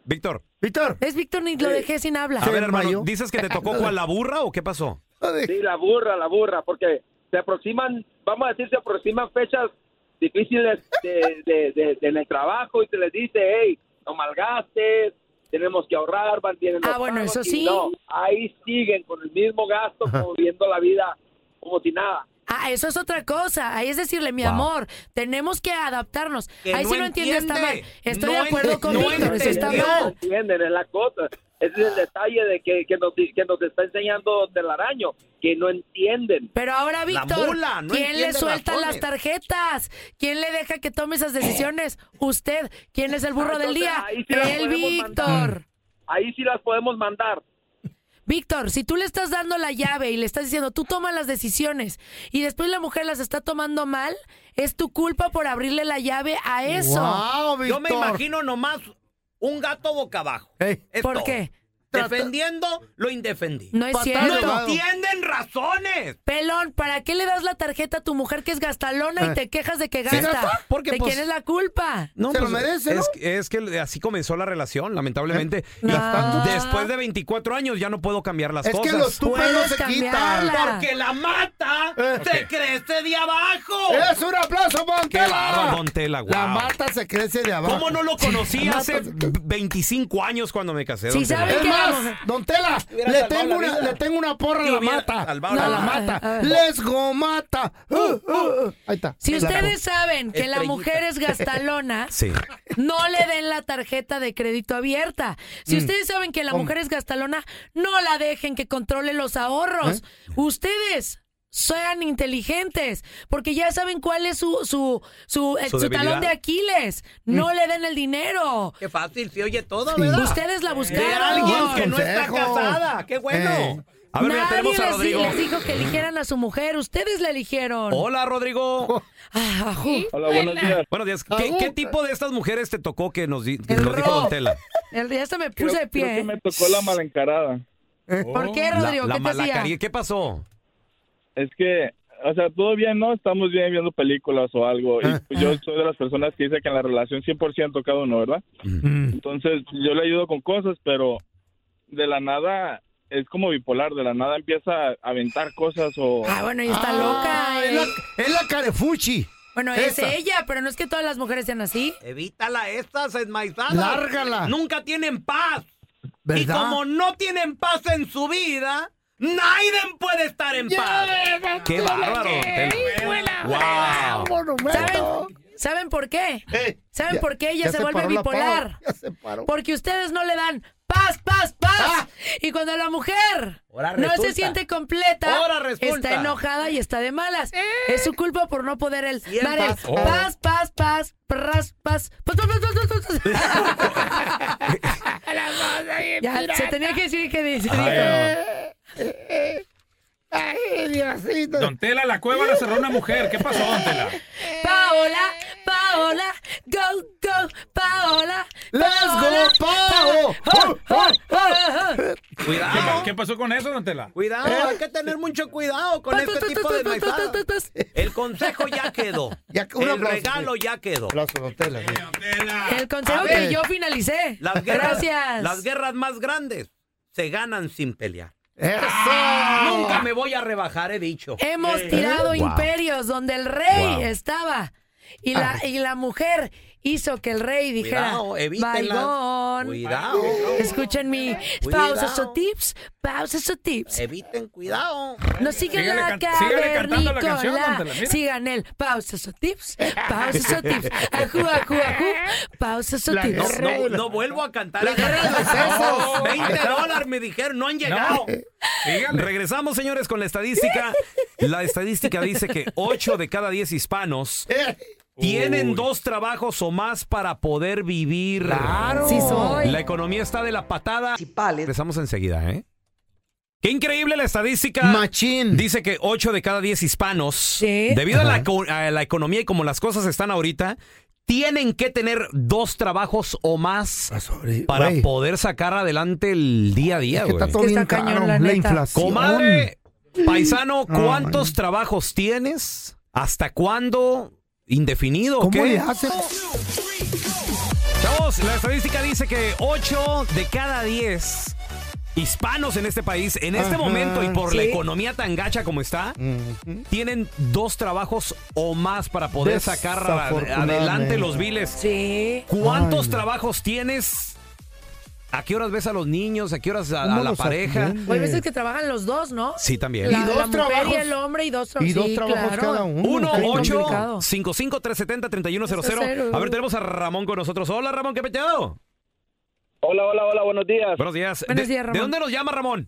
Speaker 1: Víctor,
Speaker 2: Víctor.
Speaker 3: Es Víctor, ni lo dejé sin habla.
Speaker 1: a ver, hermano,
Speaker 2: desmayó.
Speaker 3: *laughs*
Speaker 1: ¿dices que te tocó cuál, la burra o qué pasó?
Speaker 10: Sí, la burra, la burra, porque se aproximan, vamos a decir, se aproximan fechas difíciles de, de- de- de- en el trabajo y se les dice, hey, no malgastes, tenemos que ahorrar, mantienen los
Speaker 3: Ah, bueno,
Speaker 10: pagos",
Speaker 3: eso
Speaker 10: y
Speaker 3: sí.
Speaker 10: No, ahí siguen con el mismo gasto, como viendo la vida como si nada.
Speaker 3: Ah, eso es otra cosa. Ahí es decirle, mi
Speaker 10: Wow.
Speaker 3: amor, tenemos que adaptarnos.
Speaker 10: Que
Speaker 3: Ahí
Speaker 10: no
Speaker 3: sí lo entiendo, está mal.
Speaker 10: entiende.
Speaker 3: Estoy
Speaker 10: No
Speaker 3: de acuerdo
Speaker 10: ent-
Speaker 3: con
Speaker 10: no
Speaker 3: Víctor, eso está
Speaker 10: entendió.
Speaker 3: mal.
Speaker 10: entienden, es la cosa. Ese es el detalle de que, que, nos, que nos está enseñando telaraño, que no entienden.
Speaker 3: Pero ahora, Víctor, ¿quién le suelta las
Speaker 10: tarjetas?
Speaker 3: tarjetas? ¿Quién le deja que tome esas decisiones? Usted. ¿Quién es el burro
Speaker 10: Ah,
Speaker 3: del
Speaker 10: entonces,
Speaker 3: día?
Speaker 10: ahí sí las
Speaker 3: el
Speaker 10: podemos
Speaker 3: Víctor.
Speaker 10: mandar. Ahí sí las podemos mandar.
Speaker 3: Víctor, si tú le estás dando la llave y le estás diciendo, tú tomas las decisiones y después la mujer las está tomando mal, es tu culpa por abrirle la llave a eso.
Speaker 2: Ah,
Speaker 4: Yo me imagino nomás un gato boca abajo.
Speaker 3: ¿Por
Speaker 4: todo.
Speaker 3: qué?
Speaker 4: Defendiendo lo indefendido.
Speaker 3: No es cierto.
Speaker 4: No entienden razones.
Speaker 3: Pelón, ¿para qué le das la tarjeta a tu mujer que es gastalona y
Speaker 1: Ah.
Speaker 3: te quejas de que
Speaker 1: ¿Sí?
Speaker 3: gasta?
Speaker 1: Porque,
Speaker 3: ¿De
Speaker 1: pues,
Speaker 3: quién es la culpa?
Speaker 1: pues, Es, es que así comenzó la relación, lamentablemente. Y
Speaker 3: No.
Speaker 1: Después de 24 años ya no puedo cambiar las
Speaker 4: Es que
Speaker 1: cosas.
Speaker 4: lo estúpido no se Puedes quita. cambiarla.
Speaker 1: Porque la mata
Speaker 4: Se crece de abajo.
Speaker 2: ¡Es un aplauso, Montela!
Speaker 1: Qué bárbaro, Don Tela,
Speaker 2: La
Speaker 1: guau.
Speaker 2: mata se crece de abajo.
Speaker 1: ¿Cómo no lo conocí
Speaker 2: Sí, la
Speaker 1: hace
Speaker 2: mata se-
Speaker 1: 25 años cuando me casé? don
Speaker 2: Sí,
Speaker 1: Tela?
Speaker 2: ¿sabe Es qué? más, Don Tela,
Speaker 1: Hubiera
Speaker 2: le
Speaker 1: salvado
Speaker 2: tengo,
Speaker 1: la
Speaker 2: una,
Speaker 1: vida.
Speaker 2: le tengo una porra a
Speaker 1: Sí,
Speaker 2: la
Speaker 1: hubiera
Speaker 2: mata.
Speaker 1: salvado
Speaker 2: a
Speaker 1: la
Speaker 2: la
Speaker 1: vida.
Speaker 2: mata.
Speaker 1: A ver.
Speaker 2: ¡Les gomata! Uh, uh, uh. Ahí está.
Speaker 3: Si
Speaker 2: La-
Speaker 3: ustedes saben que la
Speaker 2: Estrellita.
Speaker 3: mujer es gastalona,
Speaker 1: *laughs* Sí.
Speaker 3: no le den la tarjeta de crédito abierta. Si
Speaker 2: Mm.
Speaker 3: ustedes saben que la
Speaker 2: Hombre.
Speaker 3: mujer es gastalona, no la dejen que controle los ahorros. Ustedes sean inteligentes, porque ya saben cuál es su su su, eh,
Speaker 4: Su
Speaker 3: su talón
Speaker 4: debilidad.
Speaker 3: de Aquiles. No
Speaker 4: Mm. Ah.
Speaker 3: le den el dinero.
Speaker 4: Qué fácil se oye todo,
Speaker 3: Sí.
Speaker 4: ¿verdad?
Speaker 3: Ustedes la buscaron.
Speaker 4: De alguien que no está
Speaker 3: Consejo.
Speaker 4: casada. Qué bueno.
Speaker 1: Eh. A ver, mira,
Speaker 3: Nadie
Speaker 1: tenemos a
Speaker 3: les,
Speaker 1: Rodrigo. Oh.
Speaker 3: les dijo que eligieran a su mujer. Ustedes la eligieron. Ah,
Speaker 1: Hola,
Speaker 3: *laughs*
Speaker 1: Rodrigo.
Speaker 3: Hola,
Speaker 1: Buenos días. ¿Qué,
Speaker 3: Ajú.
Speaker 1: qué tipo de estas mujeres te tocó que nos, di- que nos dijo Don Tela?
Speaker 3: El día hasta me puse de pie.
Speaker 11: Creo que me
Speaker 12: pues.
Speaker 11: tocó la mala encarada.
Speaker 3: ¿Por qué, Rodrigo?
Speaker 11: La- la
Speaker 3: ¿Qué te hacía?
Speaker 11: malacaría.
Speaker 1: ¿Qué pasó?
Speaker 11: Es que, o sea, todo bien, ¿no? Estamos bien viendo películas o algo. Y pues yo soy de las personas que dice que en la relación 100% cada uno, ¿verdad? Entonces, yo le ayudo con cosas, pero de la nada es como bipolar. De la nada empieza a aventar cosas o...
Speaker 3: Ah, bueno, y está loca. eh.
Speaker 2: Ah, Es la carefuchi.
Speaker 3: Bueno, es
Speaker 4: esa.
Speaker 3: ella, pero no es que todas las mujeres sean así.
Speaker 4: Evítala estas esmaizadas.
Speaker 2: Lárgala.
Speaker 4: Nunca tienen paz. Y
Speaker 2: ¿Verdad?
Speaker 4: como no tienen paz en su vida, Naiden puede estar en paz.
Speaker 1: ¡Qué bárbaro! don Tela. ¡Guau!
Speaker 3: ¿Saben, saben por qué? ¿Saben por qué
Speaker 2: Eh,
Speaker 3: ella
Speaker 2: ya
Speaker 3: se,
Speaker 2: se
Speaker 3: vuelve
Speaker 2: paró la pava, *laughs*
Speaker 3: bipolar? Porque ustedes no le dan paz, paz, paz.
Speaker 2: Ah.
Speaker 3: Y cuando la mujer
Speaker 4: Ahora
Speaker 3: no se
Speaker 4: resulta.
Speaker 3: siente completa,
Speaker 4: Ahora resulta.
Speaker 3: está enojada y está de malas.
Speaker 2: Eh.
Speaker 3: Es su culpa por no poder el dar el
Speaker 4: paz. Oh.
Speaker 3: paz, paz, paz, pras, paz, paz, paz, paz, paz, paz, paz.
Speaker 2: *laughs*
Speaker 3: Ya, se tenía que decir que dice.
Speaker 6: Ay,
Speaker 2: Ay, Diosito.
Speaker 6: Don Tela, la cueva la cerró una mujer. ¿Qué pasó, Don Tela?
Speaker 3: Paola, Paola, go, go, Paola.
Speaker 2: Let's
Speaker 6: go, Pao.
Speaker 3: Paola. Oh, oh, oh.
Speaker 6: Cuidado. ¿Qué pasó con eso, Don Tela?
Speaker 4: Cuidado, hay que tener mucho cuidado con
Speaker 3: Pa,
Speaker 4: este
Speaker 3: tu, tu,
Speaker 4: tipo
Speaker 3: tu,
Speaker 4: de
Speaker 3: tu, tu,
Speaker 4: esmaizadas.
Speaker 3: tu, tu, tu.
Speaker 4: El consejo *laughs* ya quedó.
Speaker 2: un
Speaker 4: el
Speaker 2: aplauso,
Speaker 4: regalo ya quedó.
Speaker 3: El consejo
Speaker 4: A ver.
Speaker 3: que yo finalicé.
Speaker 4: Las guerras,
Speaker 3: Gracias.
Speaker 4: las guerras más grandes se ganan sin pelear.
Speaker 2: ¡Eso!
Speaker 4: Nunca me voy a rebajar, he dicho.
Speaker 3: Hemos
Speaker 4: Eh.
Speaker 3: tirado
Speaker 4: Wow.
Speaker 3: imperios donde el rey
Speaker 4: Wow. Ah.
Speaker 3: estaba y la, y la mujer hizo que el rey dijera,
Speaker 4: Cuidado, evítenlas.
Speaker 3: "Baigón".
Speaker 4: Cuidado.
Speaker 3: Escuchen mi
Speaker 4: Cuidado.
Speaker 3: pausas o tips, pausas o tips.
Speaker 4: Eviten, cuidado.
Speaker 3: No sigan
Speaker 4: Sígale
Speaker 3: la
Speaker 4: can- sígale
Speaker 3: cavernícola.
Speaker 4: cantando la canción, don Tela, mira.
Speaker 3: Sigan el pausas o tips, pausas o tips. Ajú, ajú, ajú, pausas o
Speaker 4: La
Speaker 3: tips.
Speaker 4: guerra No, de la- no vuelvo a cantar. La
Speaker 1: guerra de los
Speaker 4: *laughs*
Speaker 1: sexos.
Speaker 4: 20 dólares me dijeron, no han llegado.
Speaker 1: Regresamos, señores, con la estadística. La
Speaker 3: *laughs*
Speaker 1: estadística dice que 8 de cada 10 hispanos
Speaker 2: Eh.
Speaker 1: tienen
Speaker 4: Uy.
Speaker 1: dos trabajos o más para poder vivir.
Speaker 4: Claro. Sí soy.
Speaker 1: La economía está de la patada. Regresamos enseguida, ¿eh? Qué increíble la estadística.
Speaker 2: Machín.
Speaker 1: Dice que 8 de cada 10 hispanos, debido a la, co- a la economía y como las cosas están ahorita, tienen que tener dos trabajos o más para
Speaker 2: güey.
Speaker 1: poder sacar adelante el día a día.
Speaker 2: Es que está
Speaker 1: güey.
Speaker 2: todo Es que bien está caro, cañón, la la neta. inflación.
Speaker 1: Comadre, paisano,
Speaker 2: No,
Speaker 1: ¿cuántos trabajos tienes? ¿Hasta cuándo? ¿Indefinido o
Speaker 2: ¿Cómo
Speaker 1: qué?
Speaker 2: le hace?
Speaker 1: Chavos, la estadística dice que 8 de cada 10 hispanos en este país, en este
Speaker 4: Ajá,
Speaker 1: momento y por la
Speaker 4: sí.
Speaker 1: economía tan gacha como está, tienen dos trabajos o más para poder sacar a-
Speaker 4: Desafortunadamente.
Speaker 1: adelante los biles.
Speaker 3: Sí.
Speaker 1: ¿Cuántos
Speaker 4: Ay, no.
Speaker 1: trabajos tienes? ¿A qué horas ves a los niños? ¿A qué horas a, a
Speaker 4: ¿Cómo
Speaker 1: la
Speaker 4: los
Speaker 1: pareja?
Speaker 3: Hay veces que trabajan los dos, ¿no?
Speaker 1: Sí, también.
Speaker 3: La, la mujer y el hombre y dos, tra- sí, claro.
Speaker 1: 1
Speaker 3: Está bien
Speaker 1: 8
Speaker 3: complicado.
Speaker 1: 55 370
Speaker 3: Eso
Speaker 1: 3100
Speaker 3: es
Speaker 1: A ver, tenemos a Ramón con nosotros. Hola, Ramón, ¿qué peteado?
Speaker 13: Hola, hola, hola, buenos días.
Speaker 1: Buenos días.
Speaker 13: Buenos
Speaker 1: ¿De,
Speaker 13: días, Ramón.
Speaker 1: ¿De dónde nos llama Ramón?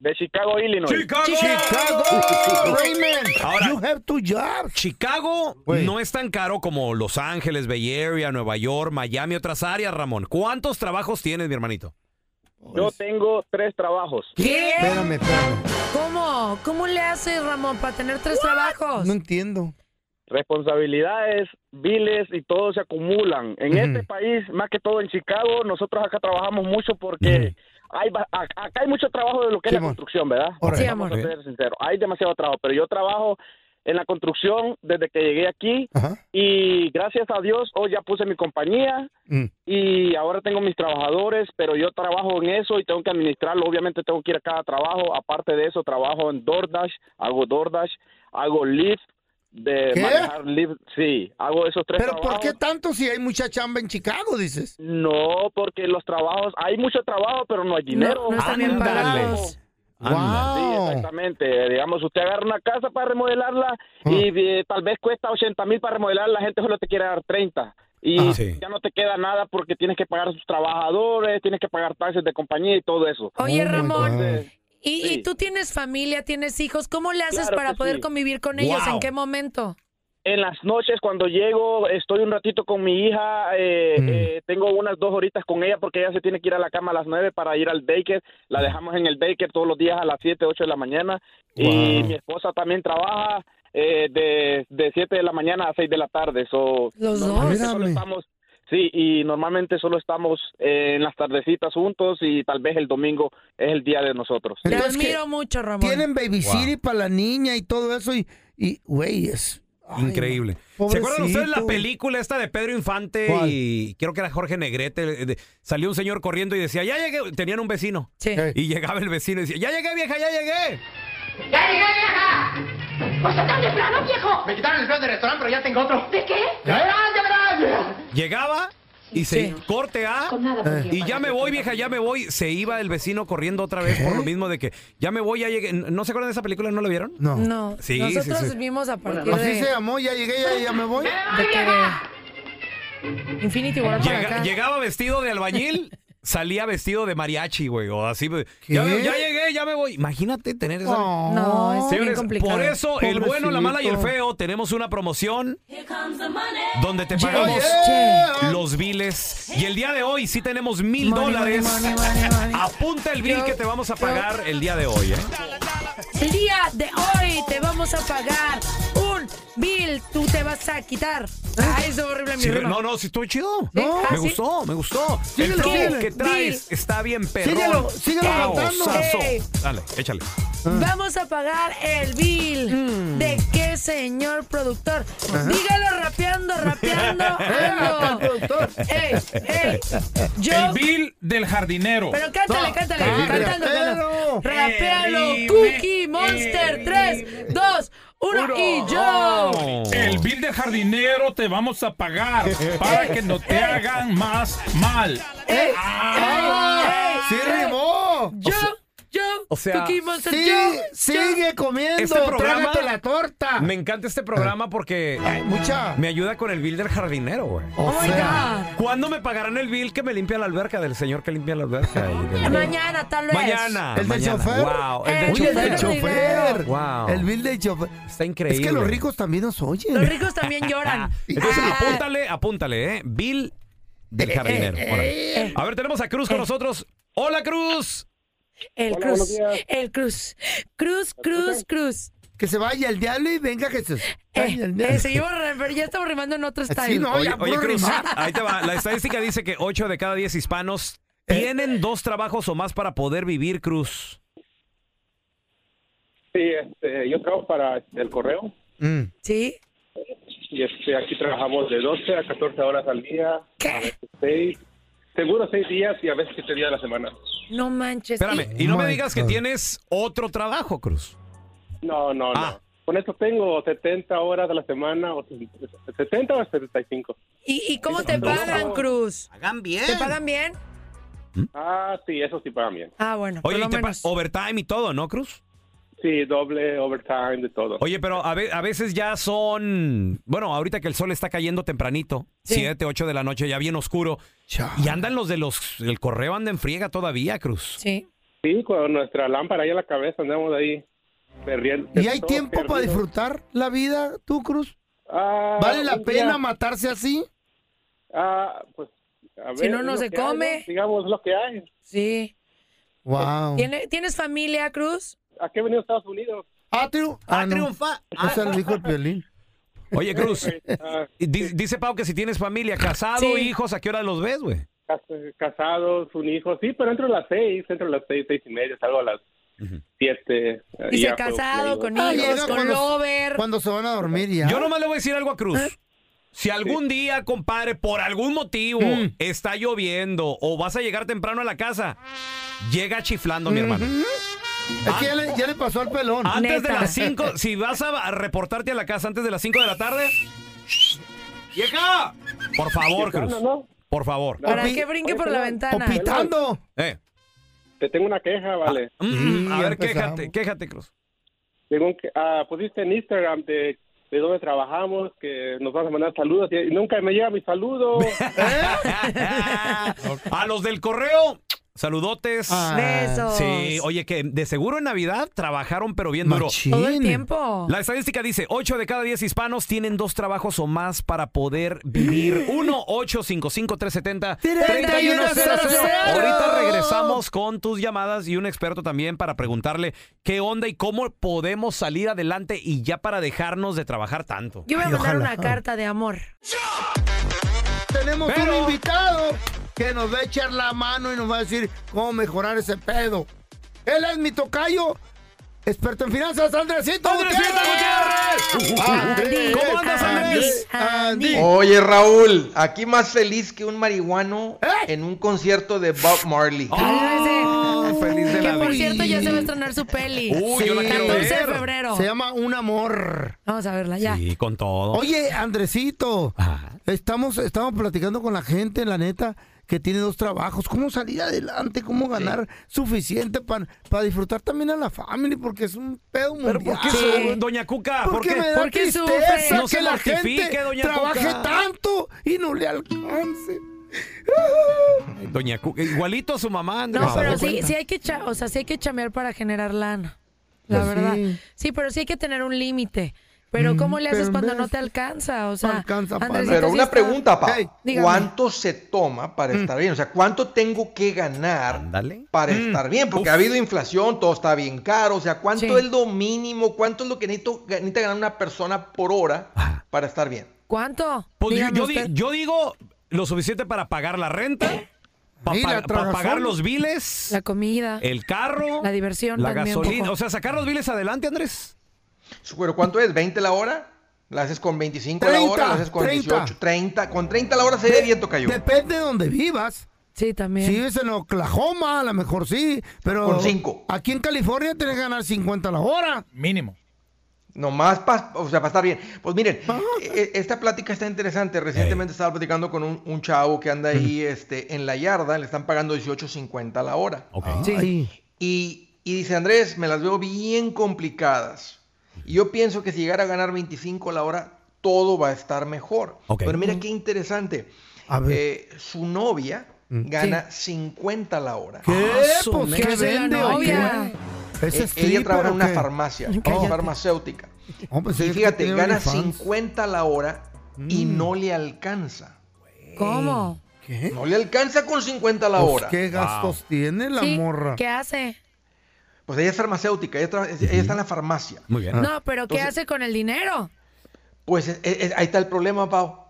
Speaker 13: De Chicago, Illinois.
Speaker 1: ¡Chicago! *laughs*
Speaker 2: ¡Chicago! Raymond,
Speaker 1: Ahora,
Speaker 2: you have to job.
Speaker 1: Chicago no es tan caro como Los Ángeles, Bay Area, Nueva York, Miami, otras áreas, Ramón. ¿Cuántos trabajos tienes, mi hermanito?
Speaker 13: Yo tengo tres trabajos.
Speaker 3: ¿Qué?
Speaker 2: Espérame, espérame.
Speaker 3: ¿Cómo? ¿Cómo le haces, Ramón, para tener tres trabajos?
Speaker 2: No entiendo.
Speaker 13: Responsabilidades, biles y todo se acumulan. En
Speaker 2: Ujú.
Speaker 13: este país, más que todo en Chicago, nosotros acá trabajamos mucho porque hay ba- a- acá hay mucho trabajo de lo que es la construcción, ¿verdad?
Speaker 2: Órale. Sí,
Speaker 13: Vamos
Speaker 2: amor.
Speaker 13: a ser sinceros. Hay demasiado trabajo, pero yo trabajo en la construcción desde que llegué aquí y gracias a Dios hoy ya puse mi compañía.
Speaker 2: Mm.
Speaker 13: y ahora tengo mis trabajadores, pero yo trabajo en eso y tengo que administrarlo. Obviamente tengo que ir a cada trabajo. Aparte de eso, trabajo en DoorDash, hago DoorDash, hago Lyft, de
Speaker 2: ¿Qué?
Speaker 13: manejar Lyft. Sí, hago esos tres
Speaker 2: Pero ¿por
Speaker 13: trabajos.
Speaker 2: qué tanto si hay mucha chamba en Chicago, dices?
Speaker 13: No, porque los trabajos, hay mucho trabajo, pero no hay dinero. Sí, exactamente. Digamos, usted agarra una casa para remodelarla y eh, tal vez cuesta 80 mil para remodelarla, la gente solo te quiere dar 30. Y
Speaker 14: Ah, sí.
Speaker 13: ya no te queda nada porque tienes que pagar a sus trabajadores, tienes que pagar taxes de compañía y todo eso.
Speaker 3: Oye, Ramón,
Speaker 13: Entonces,
Speaker 3: ¿Y, y
Speaker 13: Sí.
Speaker 3: tú tienes familia, tienes hijos. ¿Cómo le haces
Speaker 13: Claro
Speaker 3: para
Speaker 13: que
Speaker 3: poder
Speaker 13: sí.
Speaker 3: convivir con ellos?
Speaker 13: Wow.
Speaker 3: ¿En qué momento?
Speaker 13: en las noches cuando llego, estoy un ratito con mi hija, eh, eh, tengo unas dos horitas con ella porque ella se tiene que ir a la cama a las nueve para ir al daycare, la dejamos en el daycare todos los días a las siete, ocho de la mañana y
Speaker 15: Wow.
Speaker 13: mi esposa también trabaja eh, de, de siete de la mañana a seis de la tarde, so,
Speaker 3: Los
Speaker 13: normalmente
Speaker 15: dos.
Speaker 13: solo estamos- Sí, y normalmente solo estamos eh, en las tardecitas juntos y tal vez el domingo es el día de nosotros.
Speaker 3: Te admiro mucho, Ramón.
Speaker 2: Tienen baby city para la niña y todo eso y, y güey, es... ay,
Speaker 1: Increíble.
Speaker 2: no.
Speaker 1: ¿Se acuerdan ustedes la
Speaker 2: Pobrecito.
Speaker 1: película esta de Pedro Infante
Speaker 2: ¿Cuál?
Speaker 1: y creo que era Jorge Negrete? eh, de- salió un señor corriendo y decía, ya llegué. Tenían un vecino. Y llegaba el vecino y decía, ya llegué, vieja, ya llegué.
Speaker 16: ¡Ya llegué, vieja! ¡Pues está tan temprano, viejo! Me quitaron el plan del restaurante, pero ya tengo otro. ¿De qué? ¡Ya verás, ya verás!
Speaker 1: Llegaba y se corte a
Speaker 16: por
Speaker 1: y ya me voy, vieja, ya me voy. Se iba el vecino corriendo otra vez por lo mismo de que ya me voy, ya llegué. ¿No se acuerdan de esa película? ¿No la vieron?
Speaker 2: No.
Speaker 3: No.
Speaker 1: Sí, sí,
Speaker 3: Nosotros
Speaker 1: sí.
Speaker 3: vimos a partir
Speaker 2: Así
Speaker 3: de...
Speaker 2: se llamó, ya llegué, ya, ya me voy.
Speaker 3: de que de- Infinity War para
Speaker 1: Llega-
Speaker 3: acá.
Speaker 1: llegaba vestido de albañil, salía vestido de mariachi, güey, o así. güey. Ya, me- ya llegué, ya me voy. Imagínate tener esa.
Speaker 3: No,
Speaker 4: Oh,
Speaker 3: es bien
Speaker 1: Señores,
Speaker 3: complicado.
Speaker 1: Por eso, el bueno, la mala y el
Speaker 3: Pobrecito.
Speaker 1: feo, tenemos una promoción donde te
Speaker 4: Yeah,
Speaker 1: pagamos
Speaker 4: yeah.
Speaker 1: los biles. Y el día de hoy sí tenemos mil
Speaker 4: Money,
Speaker 1: dólares.
Speaker 4: money, money, money, money.
Speaker 1: Apunta el bill que te vamos a pagar el día de hoy, ¿eh?
Speaker 3: El día de hoy te vamos a pagar un bill. Tú te vas a quitar. Ay, es horrible
Speaker 1: Ah.
Speaker 3: mi
Speaker 1: Sí,
Speaker 3: rima.
Speaker 1: no, no, sí estuvo chido.
Speaker 3: No.
Speaker 1: me
Speaker 3: Ah, ¿sí?
Speaker 1: gustó, me gustó.
Speaker 3: Síguelo,
Speaker 1: el flow
Speaker 3: síguelo.
Speaker 1: que traes está bien perrón.
Speaker 3: Síguelo, síguelo cantando.
Speaker 1: Sazo.
Speaker 3: Ey.
Speaker 1: Dale, échale.
Speaker 3: Vamos a pagar el bill. ¿De qué, señor productor? Dígalo rapeando, rapeando. algo. Ey, ey, yo-
Speaker 6: El bill del jardinero.
Speaker 3: Pero cántale, cántale, cantando, cantando. Rapealo,
Speaker 6: Eh,
Speaker 3: Cookie Monster. 3, 2, 1 y yo.
Speaker 6: El bill del jardinero te vamos a pagar para que no te hagan más mal.
Speaker 2: Eh,
Speaker 1: Ah,
Speaker 2: ¡Sí rimó!
Speaker 3: Yo, yo,
Speaker 1: o sea,
Speaker 2: Cookie Monster, yo, sigue comiendo, trágate la torta.
Speaker 1: Este Me encanta este programa porque me ayuda con el bill del jardinero, güey.
Speaker 2: O Oh my sea.
Speaker 1: ¿Cuándo me pagarán el bill que me limpia la alberca del señor que limpia la alberca? y
Speaker 4: eh,
Speaker 1: del-
Speaker 3: Mañana, tal vez.
Speaker 1: Mañana.
Speaker 2: ¿El del
Speaker 1: mañana.
Speaker 2: chofer?
Speaker 1: Wow, el
Speaker 2: Eh,
Speaker 1: del
Speaker 2: Uy, el
Speaker 1: chofer.
Speaker 2: del chofer.
Speaker 1: Wow.
Speaker 2: El bill del chofer.
Speaker 1: Está increíble.
Speaker 2: Es que los ricos también nos oyen.
Speaker 3: Los ricos también lloran. Ah,
Speaker 1: Entonces, apúntale, apúntale, ¿eh? Bill
Speaker 2: Eh,
Speaker 1: del jardinero. Órale. A ver, tenemos a Cruz con nosotros. ¡Hola, Cruz!
Speaker 3: El
Speaker 1: Hola, buenos
Speaker 3: cruz,
Speaker 1: días.
Speaker 3: el cruz, cruz, cruz, cruz.
Speaker 2: Que se vaya el diablo y venga Jesús. Vaya el diablo.
Speaker 3: Eh, seguimos, re- pero ya estamos remando en otro style.
Speaker 1: Eh, oye, oye, Cruz, ahí te va. La estadística dice que 8 de cada 10 hispanos tienen dos trabajos o más para poder vivir, Cruz.
Speaker 12: Sí, este, yo trabajo para el correo
Speaker 3: Sí.
Speaker 12: y este, aquí trabajamos de 12 a 14 horas al día. A veces seis, seguro seis días y a veces siete días a la semana.
Speaker 3: No manches.
Speaker 1: Espérame, y no me digas que tienes otro trabajo, Cruz.
Speaker 12: No, no,
Speaker 2: Ah.
Speaker 12: no. Con esto tengo 70 horas a la semana, o 70 o 75.
Speaker 3: ¿Y, y cómo te pagan, Cruz?
Speaker 4: Hagan bien.
Speaker 3: ¿Te pagan bien?
Speaker 12: Ah, sí, eso sí pagan bien.
Speaker 3: Ah, bueno.
Speaker 1: Oye, y te pa- overtime y todo, ¿no, Cruz?
Speaker 12: Sí, doble, overtime, de todo.
Speaker 1: Oye, pero a, ve- a veces ya son, bueno, ahorita que el sol está cayendo tempranito, siete, ocho de la noche, ya bien oscuro, y andan los de los, el correo anda en friega todavía, Cruz.
Speaker 3: Sí.
Speaker 12: Sí, con nuestra lámpara ahí en la cabeza andamos ahí perdiendo. Ah,
Speaker 2: ¿Y hay tiempo para disfrutar la vida, tú, Cruz? ¿Vale la
Speaker 12: un
Speaker 2: pena
Speaker 12: día.
Speaker 2: matarse así?
Speaker 12: Ah, pues, a ver,
Speaker 3: Si no, no
Speaker 12: es lo
Speaker 3: se
Speaker 12: que hay,
Speaker 3: come.
Speaker 12: ¿no? digamos lo que hay.
Speaker 3: Sí.
Speaker 2: Wow.
Speaker 3: ¿Tiene- ¿Tienes familia, Cruz?
Speaker 12: ¿A qué he venido a Estados Unidos?
Speaker 2: Ah, triunfa.
Speaker 1: Ah, triunfa.
Speaker 2: Ese lo dijo el violín.
Speaker 1: Oye, Cruz, y di- dice Pau que si tienes familia, casado,
Speaker 12: Sí.
Speaker 1: hijos, ¿a qué hora los ves, güey?
Speaker 12: Cas- Casados, un hijo, sí, pero entro a las seis, entro a las seis, seis y media, salgo a las siete. eh,
Speaker 3: Dice
Speaker 12: ya fue-
Speaker 3: casado, con
Speaker 2: Ah,
Speaker 3: hijos,
Speaker 2: llega
Speaker 3: con
Speaker 2: cuando-
Speaker 3: lover.
Speaker 2: Cuando se van a dormir ya.
Speaker 1: Yo nomás le voy a decir algo a Cruz. Si algún día, compadre, por algún motivo está lloviendo o vas a llegar temprano a la casa, llega chiflando, mi hermano.
Speaker 2: Es que ya le, ya le pasó al pelón.
Speaker 4: Ah,
Speaker 1: Antes de las
Speaker 4: *laughs*
Speaker 1: 5, si vas a a reportarte a la casa antes de las 5 de la tarde,
Speaker 4: ¡Vieja!
Speaker 1: por favor, Cruz.
Speaker 12: Chiflando, ¿no?
Speaker 1: Por favor.
Speaker 3: Para que brinque por la ventana.
Speaker 1: Eh.
Speaker 12: Te tengo una queja, vale.
Speaker 1: Mm, a ver, quéjate, quéjate, Cruz.
Speaker 12: Según que, ah, pusiste en Instagram de, Eh, de dónde trabajamos, que nos vas a mandar saludos y nunca me llega mi saludo.
Speaker 1: A los del correo, saludotes.
Speaker 3: Ah. Besos.
Speaker 1: Sí, oye, que de seguro en Navidad trabajaron, pero bien duro.
Speaker 3: Todo el tiempo.
Speaker 1: La estadística dice, 8 de cada 10 hispanos tienen dos trabajos o más para poder
Speaker 3: *laughs*
Speaker 1: vivir. 1-855-370-3100. Ahorita regresamos con tus llamadas y un experto también para preguntarle qué onda y cómo podemos salir adelante y ya para dejarnos de trabajar tanto.
Speaker 3: Yo voy a mandar una carta de amor.
Speaker 2: Tenemos un invitado que nos va a echar la mano y nos va a decir cómo mejorar ese pedo. Él es mi tocayo, experto en finanzas, Andresito Gutiérrez. Andrés,
Speaker 1: ¿Cómo andas, Andrés?
Speaker 2: Andy.
Speaker 14: Oye Raúl, aquí más feliz que un marihuano
Speaker 2: ¿Eh?
Speaker 14: en un concierto de Bob Marley. feliz de
Speaker 3: que
Speaker 14: la
Speaker 3: por
Speaker 14: vida.
Speaker 3: cierto ya se va a estrenar su peli.
Speaker 14: Uy, yo la
Speaker 3: Sí.
Speaker 14: quiero
Speaker 3: 14 de
Speaker 14: ver.
Speaker 3: febrero.
Speaker 2: Se llama Un Amor.
Speaker 3: Vamos a verla ya. Oh.
Speaker 1: Y con todo.
Speaker 2: Oye, Andresito, estamos, estamos platicando con la gente, la neta, que tiene dos trabajos. ¿Cómo salir adelante? ¿Cómo ganar suficiente para disfrutar también a la familia? Porque es un pedo mundial.
Speaker 1: ¿Pero por qué, su- doña Cuca? ¿Por
Speaker 2: Porque
Speaker 1: qué?
Speaker 2: me da
Speaker 1: ¿Por qué
Speaker 2: tristeza
Speaker 1: sufre? No
Speaker 2: que
Speaker 1: se
Speaker 2: la
Speaker 1: mortifique,
Speaker 2: gente
Speaker 1: doña
Speaker 2: trabaje
Speaker 1: Cuca.
Speaker 2: tanto y no le alcance.
Speaker 1: Doña Cuca, igualito a su mamá, Andrés.
Speaker 3: No, pero sí, sí hay que cha- o sea, sí hay que chamear para generar lana. La
Speaker 1: Pues
Speaker 3: verdad.
Speaker 1: sí. Mm,
Speaker 3: Sí, pero sí hay que tener un límite. Pero ¿cómo le haces
Speaker 14: pero en
Speaker 3: cuando
Speaker 14: vez-
Speaker 3: no te alcanza? O sea, Andresito,
Speaker 14: Pero
Speaker 3: sí
Speaker 14: una
Speaker 3: está-
Speaker 14: pregunta, Pau.
Speaker 3: dígame.
Speaker 14: ¿Cuánto se toma para estar bien? O sea, ¿cuánto tengo que ganar para estar bien? Porque ha habido inflación, todo está bien caro. O sea, ¿cuánto es lo mínimo? ¿Cuánto es lo que necesito, necesita ganar una persona por hora para estar bien?
Speaker 3: ¿Cuánto?
Speaker 1: Pues yo,
Speaker 3: Dígame
Speaker 1: yo di-
Speaker 3: usted.
Speaker 1: yo digo lo suficiente para pagar la renta, para
Speaker 3: Mira, tragazón.
Speaker 1: pagar los biles,
Speaker 3: La comida,
Speaker 1: el carro,
Speaker 3: la diversión,
Speaker 1: Eh, la
Speaker 3: también.
Speaker 1: gasolina. O sea, sacar los biles adelante, Andrés.
Speaker 14: Pero ¿cuánto es? ¿20 la hora? ¿La haces con 25 la hora? ¿La haces con 18? 30. Con 30 la hora sería bien, Tocayo.
Speaker 2: Depende de donde vivas.
Speaker 3: Sí, también.
Speaker 2: Si vives en Oklahoma, a lo mejor sí, pero...
Speaker 14: Con cinco.
Speaker 2: Aquí en California tienes que ganar 50 a la hora.
Speaker 14: Mínimo. Nomás para o sea, pa estar bien. Pues miren, e- esta plática está interesante. Recientemente estaba platicando con un, un chavo que anda ahí este, en la yarda, le están pagando 18.50 la hora. Y, y dice, Andrés, me las veo bien complicadas. Y yo pienso que si llegara a ganar 25 la hora, todo va a estar mejor.
Speaker 1: Ok.
Speaker 14: Pero
Speaker 2: Mm.
Speaker 14: mira qué interesante. Eh, su novia
Speaker 1: Mm.
Speaker 14: gana 50 la hora.
Speaker 2: Ah, su Pues, ¿qué
Speaker 14: Eh,
Speaker 2: mecha. vende o qué? ¿Es
Speaker 14: eh,
Speaker 2: stripper
Speaker 14: Ella trabaja
Speaker 2: o
Speaker 14: en una
Speaker 2: qué?
Speaker 14: farmacia,
Speaker 2: Cállate.
Speaker 14: farmacéutica.
Speaker 2: Oh, pues,
Speaker 14: y
Speaker 2: es que
Speaker 14: fíjate,
Speaker 2: tiene
Speaker 14: gana
Speaker 2: OnlyFans.
Speaker 14: 50 la hora y
Speaker 2: Mm.
Speaker 14: no le alcanza.
Speaker 3: ¿Cómo?
Speaker 2: ¿Qué?
Speaker 14: No le alcanza con 50 la
Speaker 2: Pues,
Speaker 14: hora.
Speaker 2: ¿Qué gastos tiene la
Speaker 3: Sí,
Speaker 2: morra?
Speaker 3: ¿Qué hace?
Speaker 14: Pues ella es farmacéutica, ella, tra- ella está en la farmacia.
Speaker 1: Muy
Speaker 3: No, pero ¿qué hace con el dinero?
Speaker 14: Pues eh, eh, ahí está el problema, Pau.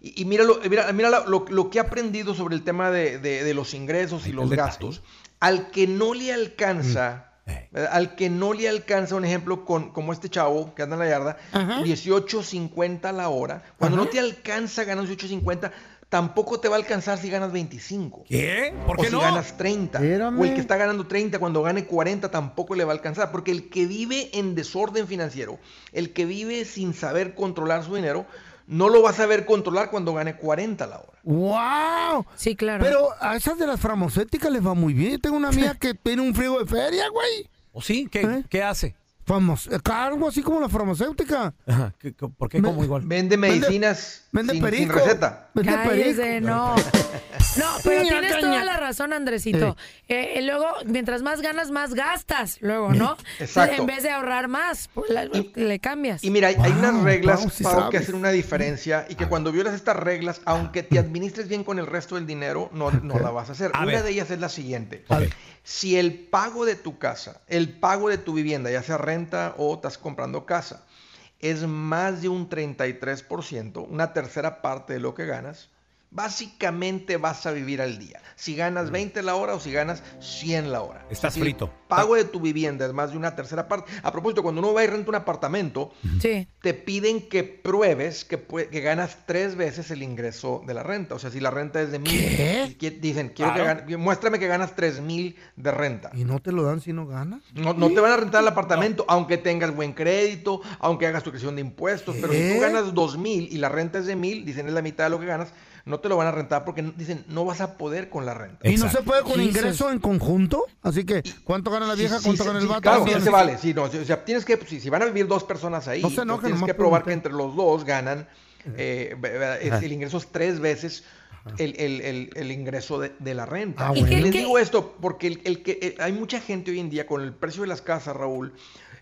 Speaker 14: Y, y mira, lo, mira, mira lo, lo- lo que he aprendido sobre el tema de, de- de los ingresos y los gastos. Al que no le alcanza, ¿verdad? al que no le alcanza, un ejemplo con, como este chavo que anda en la yarda, 18.50 la hora. Cuando no te alcanza ganar 18.50, tampoco te va a alcanzar si ganas 25.
Speaker 1: ¿Qué? ¿Por
Speaker 14: o
Speaker 1: qué
Speaker 14: si
Speaker 1: no?
Speaker 14: ganas 30.
Speaker 1: Espérame.
Speaker 14: O el que está ganando 30, cuando gane 40 tampoco le va a alcanzar. Porque el que vive en desorden financiero, el que vive sin saber controlar su dinero, no lo va a saber controlar cuando gane 40 la hora.
Speaker 2: ¡Wow!
Speaker 3: Sí, claro.
Speaker 2: Pero a esas de las farmacéuticas les va muy bien. Yo Tengo una amiga que tiene un friego de feria, güey.
Speaker 1: ¿O sí? ¿Qué, qué hace?
Speaker 2: Vamos, algo así como la farmacéutica.
Speaker 1: Ajá, ¿qué- qué- ¿Por qué? ¿Cómo igual?
Speaker 14: Vende medicinas
Speaker 2: vende
Speaker 14: sin, sin
Speaker 2: perico.
Speaker 14: receta.
Speaker 2: Vende
Speaker 3: Cállese,
Speaker 2: perico.
Speaker 3: no. No, pero
Speaker 2: Ña,
Speaker 3: tienes
Speaker 2: ña,
Speaker 3: toda
Speaker 2: ña.
Speaker 3: la razón, Andresito. Eh, eh, luego, mientras más ganas, más gastas, luego, ¿no?
Speaker 14: *laughs* Exacto.
Speaker 3: En vez de ahorrar más, pues, la- le cambias.
Speaker 14: Y mira, hay, hay unas reglas
Speaker 2: Pau, sí
Speaker 14: Pau, que
Speaker 2: sabes.
Speaker 14: hacen una diferencia y que cuando violas estas reglas, aunque te administres bien con el resto del dinero, no, no la vas a hacer.
Speaker 1: A
Speaker 14: una
Speaker 1: ver.
Speaker 14: de ellas es la siguiente.
Speaker 1: Ok.
Speaker 14: Si el pago de tu casa, el pago de tu vivienda, ya sea renta o estás comprando casa, es más de un 33%, una tercera parte de lo que ganas, básicamente vas a vivir al día. Si
Speaker 2: Mm.
Speaker 14: ganas 20 la hora o si ganas 100 la hora.
Speaker 1: Estás
Speaker 14: Si el
Speaker 1: frito.
Speaker 14: Pago de tu vivienda es más de una tercera parte. A propósito, cuando uno va y renta un apartamento,
Speaker 3: Sí.
Speaker 14: te piden que pruebes que, pue- que ganas tres veces el ingreso de la renta. O sea, si la renta es de mil, y que- dicen, quiero que
Speaker 2: Claro.
Speaker 14: gan- muéstrame que ganas tres mil de renta.
Speaker 2: Y no te lo dan si no ganas.
Speaker 14: No, no te van a rentar el apartamento, aunque tengas buen crédito, aunque hagas tu creación de impuestos. Pero si
Speaker 2: ¿Qué?
Speaker 14: tú ganas dos mil y la renta es de mil, dicen es la mitad de lo que ganas, no te lo van a rentar porque n- dicen no vas a poder con la renta.
Speaker 2: Y no se puede con
Speaker 14: ingresos
Speaker 2: ingreso en conjunto. Así que, ¿cuánto gana la vieja?
Speaker 14: Sí,
Speaker 2: ¿Cuánto
Speaker 14: sí,
Speaker 2: gana
Speaker 14: sí,
Speaker 2: el vato?
Speaker 14: Claro,
Speaker 2: ¿Cuánto
Speaker 14: sí,
Speaker 2: gana
Speaker 14: se
Speaker 2: el-
Speaker 14: vale. Sí, no, o sea, tienes que, pues, si, si van a vivir dos personas ahí,
Speaker 2: No se enojen,
Speaker 14: pues tienes
Speaker 2: nomás
Speaker 14: que probar
Speaker 2: pregunté.
Speaker 14: que entre los dos ganan, eh, ve- ve- es-
Speaker 2: Ajá.
Speaker 14: el ingreso es tres veces el, el- el- el ingreso de, de la renta.
Speaker 2: Ah,
Speaker 14: Y
Speaker 2: bueno.
Speaker 14: les
Speaker 2: ¿Y qué-
Speaker 14: digo esto porque el, el que, eh, hay mucha gente hoy en día con el precio de las casas, Raúl,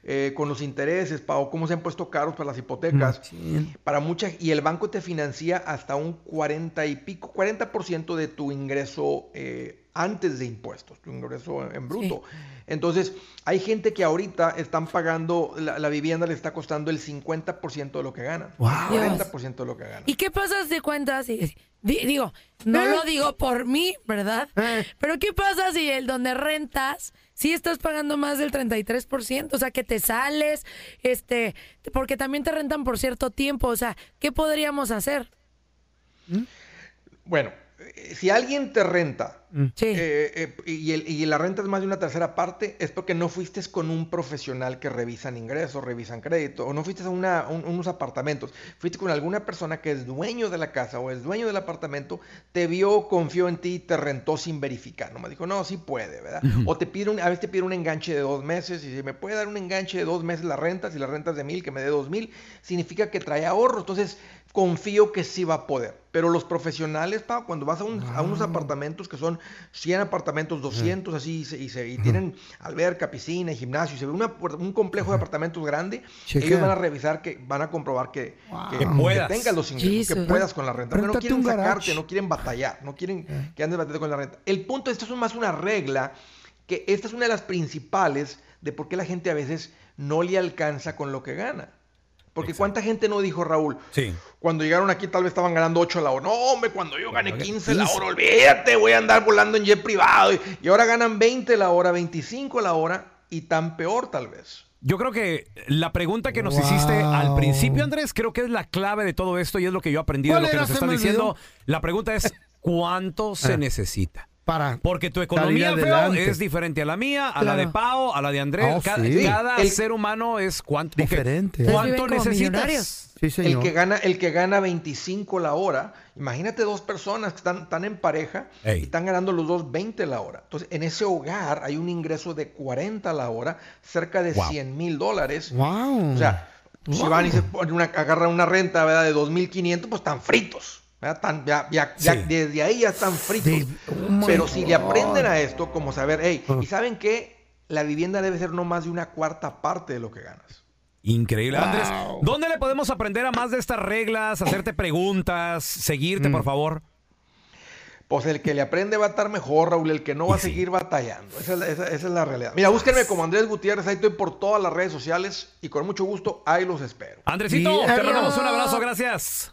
Speaker 14: eh, con los intereses, Pau, cómo se han puesto caros para las hipotecas,
Speaker 2: Mm,
Speaker 14: para muchas, y el banco te financia hasta un 40 y pico, 40% de tu ingreso eh, antes de impuestos, tu ingreso en bruto. Entonces, hay gente que ahorita están pagando, la, la vivienda le está costando el 50% de lo que ganan.
Speaker 3: Dios.
Speaker 14: 40% de lo que ganan.
Speaker 3: ¿Y qué pasa si cuentas? Si, di- digo, no
Speaker 14: Eh.
Speaker 3: lo digo por mí, ¿verdad? Pero ¿qué pasa si el donde rentas, sí estás pagando más del 33%? O sea, que te sales, este, porque también te rentan por cierto tiempo. O sea, ¿qué podríamos hacer?
Speaker 14: Bueno, eh, si alguien te renta
Speaker 3: Sí.
Speaker 14: eh, eh, y, el- y la renta es más de una tercera parte, es porque no fuiste con un profesional que revisan ingresos, revisan crédito, o no fuiste a una- a un- unos apartamentos, fuiste con alguna persona que es dueño de la casa o es dueño del apartamento, te vio, confió en ti y te rentó sin verificar. Nomás dijo, no, sí puede, ¿verdad? O te pide un, a veces te pide un enganche de dos meses y si me puede dar un enganche de dos meses la renta, si la renta es de mil, que me dé dos mil, significa que trae ahorro. Entonces, confío que sí va a poder. Pero los profesionales, Pau, cuando vas a, un- a unos apartamentos que son 100 apartamentos, 200 así, y, se- y se- y tienen alberca, piscina y gimnasio, y se ve una puer- un complejo de apartamentos grande,
Speaker 2: Checa.
Speaker 14: ellos van a revisar, que van a comprobar que, que-
Speaker 2: Que
Speaker 14: que
Speaker 1: puedas.
Speaker 14: tengas los ingresos, que
Speaker 2: Jesus.
Speaker 14: puedas con la renta. Pero no
Speaker 2: Réntate
Speaker 14: quieren
Speaker 2: un garage. Ah.
Speaker 14: sacarte, no quieren batallar, no quieren que andes batallando con la renta. El punto, esto es un- más una regla, que esta es una de las principales de por qué la gente a veces no le alcanza con lo que gana. Porque cuánta gente no dijo, Raúl,
Speaker 1: Sí.
Speaker 14: cuando llegaron aquí tal vez estaban ganando 8 la hora. No, hombre, cuando yo gané
Speaker 1: Cuando
Speaker 14: 15 la
Speaker 1: 15.
Speaker 14: hora, olvídate, voy a andar volando en jet privado. Y- Y ahora ganan 20 la hora, 25 la hora y tan peor tal vez.
Speaker 1: Yo creo que la pregunta que nos hiciste al principio, Andrés, creo que es la clave de todo esto y es lo que yo aprendí de
Speaker 2: ¿Cuál
Speaker 1: lo que
Speaker 2: era?
Speaker 1: nos
Speaker 2: Se
Speaker 1: están
Speaker 2: me
Speaker 1: diciendo.
Speaker 2: olvidó.
Speaker 1: La pregunta es,
Speaker 2: *laughs*
Speaker 1: ¿cuánto se necesita?
Speaker 2: Para.
Speaker 1: Porque tu economía
Speaker 2: Salir
Speaker 1: Feo,
Speaker 2: adelante.
Speaker 1: es diferente a la mía, a la
Speaker 2: Claro.
Speaker 1: de Pau, a la de Andrés.
Speaker 2: Oh,
Speaker 1: Ca- cada
Speaker 2: sí.
Speaker 14: El-
Speaker 1: ser humano es cuánto, porque
Speaker 2: Diferente.
Speaker 1: ¿Cuánto
Speaker 3: Viven como
Speaker 1: necesitas?
Speaker 3: millonarios.
Speaker 2: Sí,
Speaker 14: El
Speaker 2: señor.
Speaker 14: que, gana, el que gana 25 la hora, imagínate dos personas que están, están en pareja
Speaker 1: Ey.
Speaker 14: y están ganando los dos 20 la hora. Entonces, en ese hogar hay un ingreso de 40 la hora, cerca de
Speaker 1: Wow.
Speaker 14: 100 mil dólares.
Speaker 2: Wow.
Speaker 14: O sea, si van y se ponen una, agarran una renta ¿verdad? de 2.500, pues están fritos. ¿verdad? Tan- ya, ya- ya-
Speaker 1: Sí.
Speaker 14: desde ahí ya están fritos.
Speaker 2: De- oh my
Speaker 14: Pero si le
Speaker 2: God.
Speaker 14: aprenden a esto, como saber, hey,
Speaker 2: Ah.
Speaker 14: ¿y saben qué? La vivienda debe ser no más de una cuarta parte de lo que ganas.
Speaker 1: Increíble, Andrés.
Speaker 2: Wow.
Speaker 1: ¿Dónde le podemos aprender a más de estas reglas, hacerte preguntas, seguirte, por favor?
Speaker 14: Pues el que le aprende va a estar mejor, Raúl, el que no va a seguir batallando. Esa es, la, esa- esa es la realidad. Mira, búsquenme como Andrés Gutiérrez, ahí estoy por todas las redes sociales y con mucho gusto ahí los espero.
Speaker 1: Andresito,
Speaker 2: Sí,
Speaker 1: te
Speaker 2: adiós.
Speaker 1: mandamos un abrazo, gracias.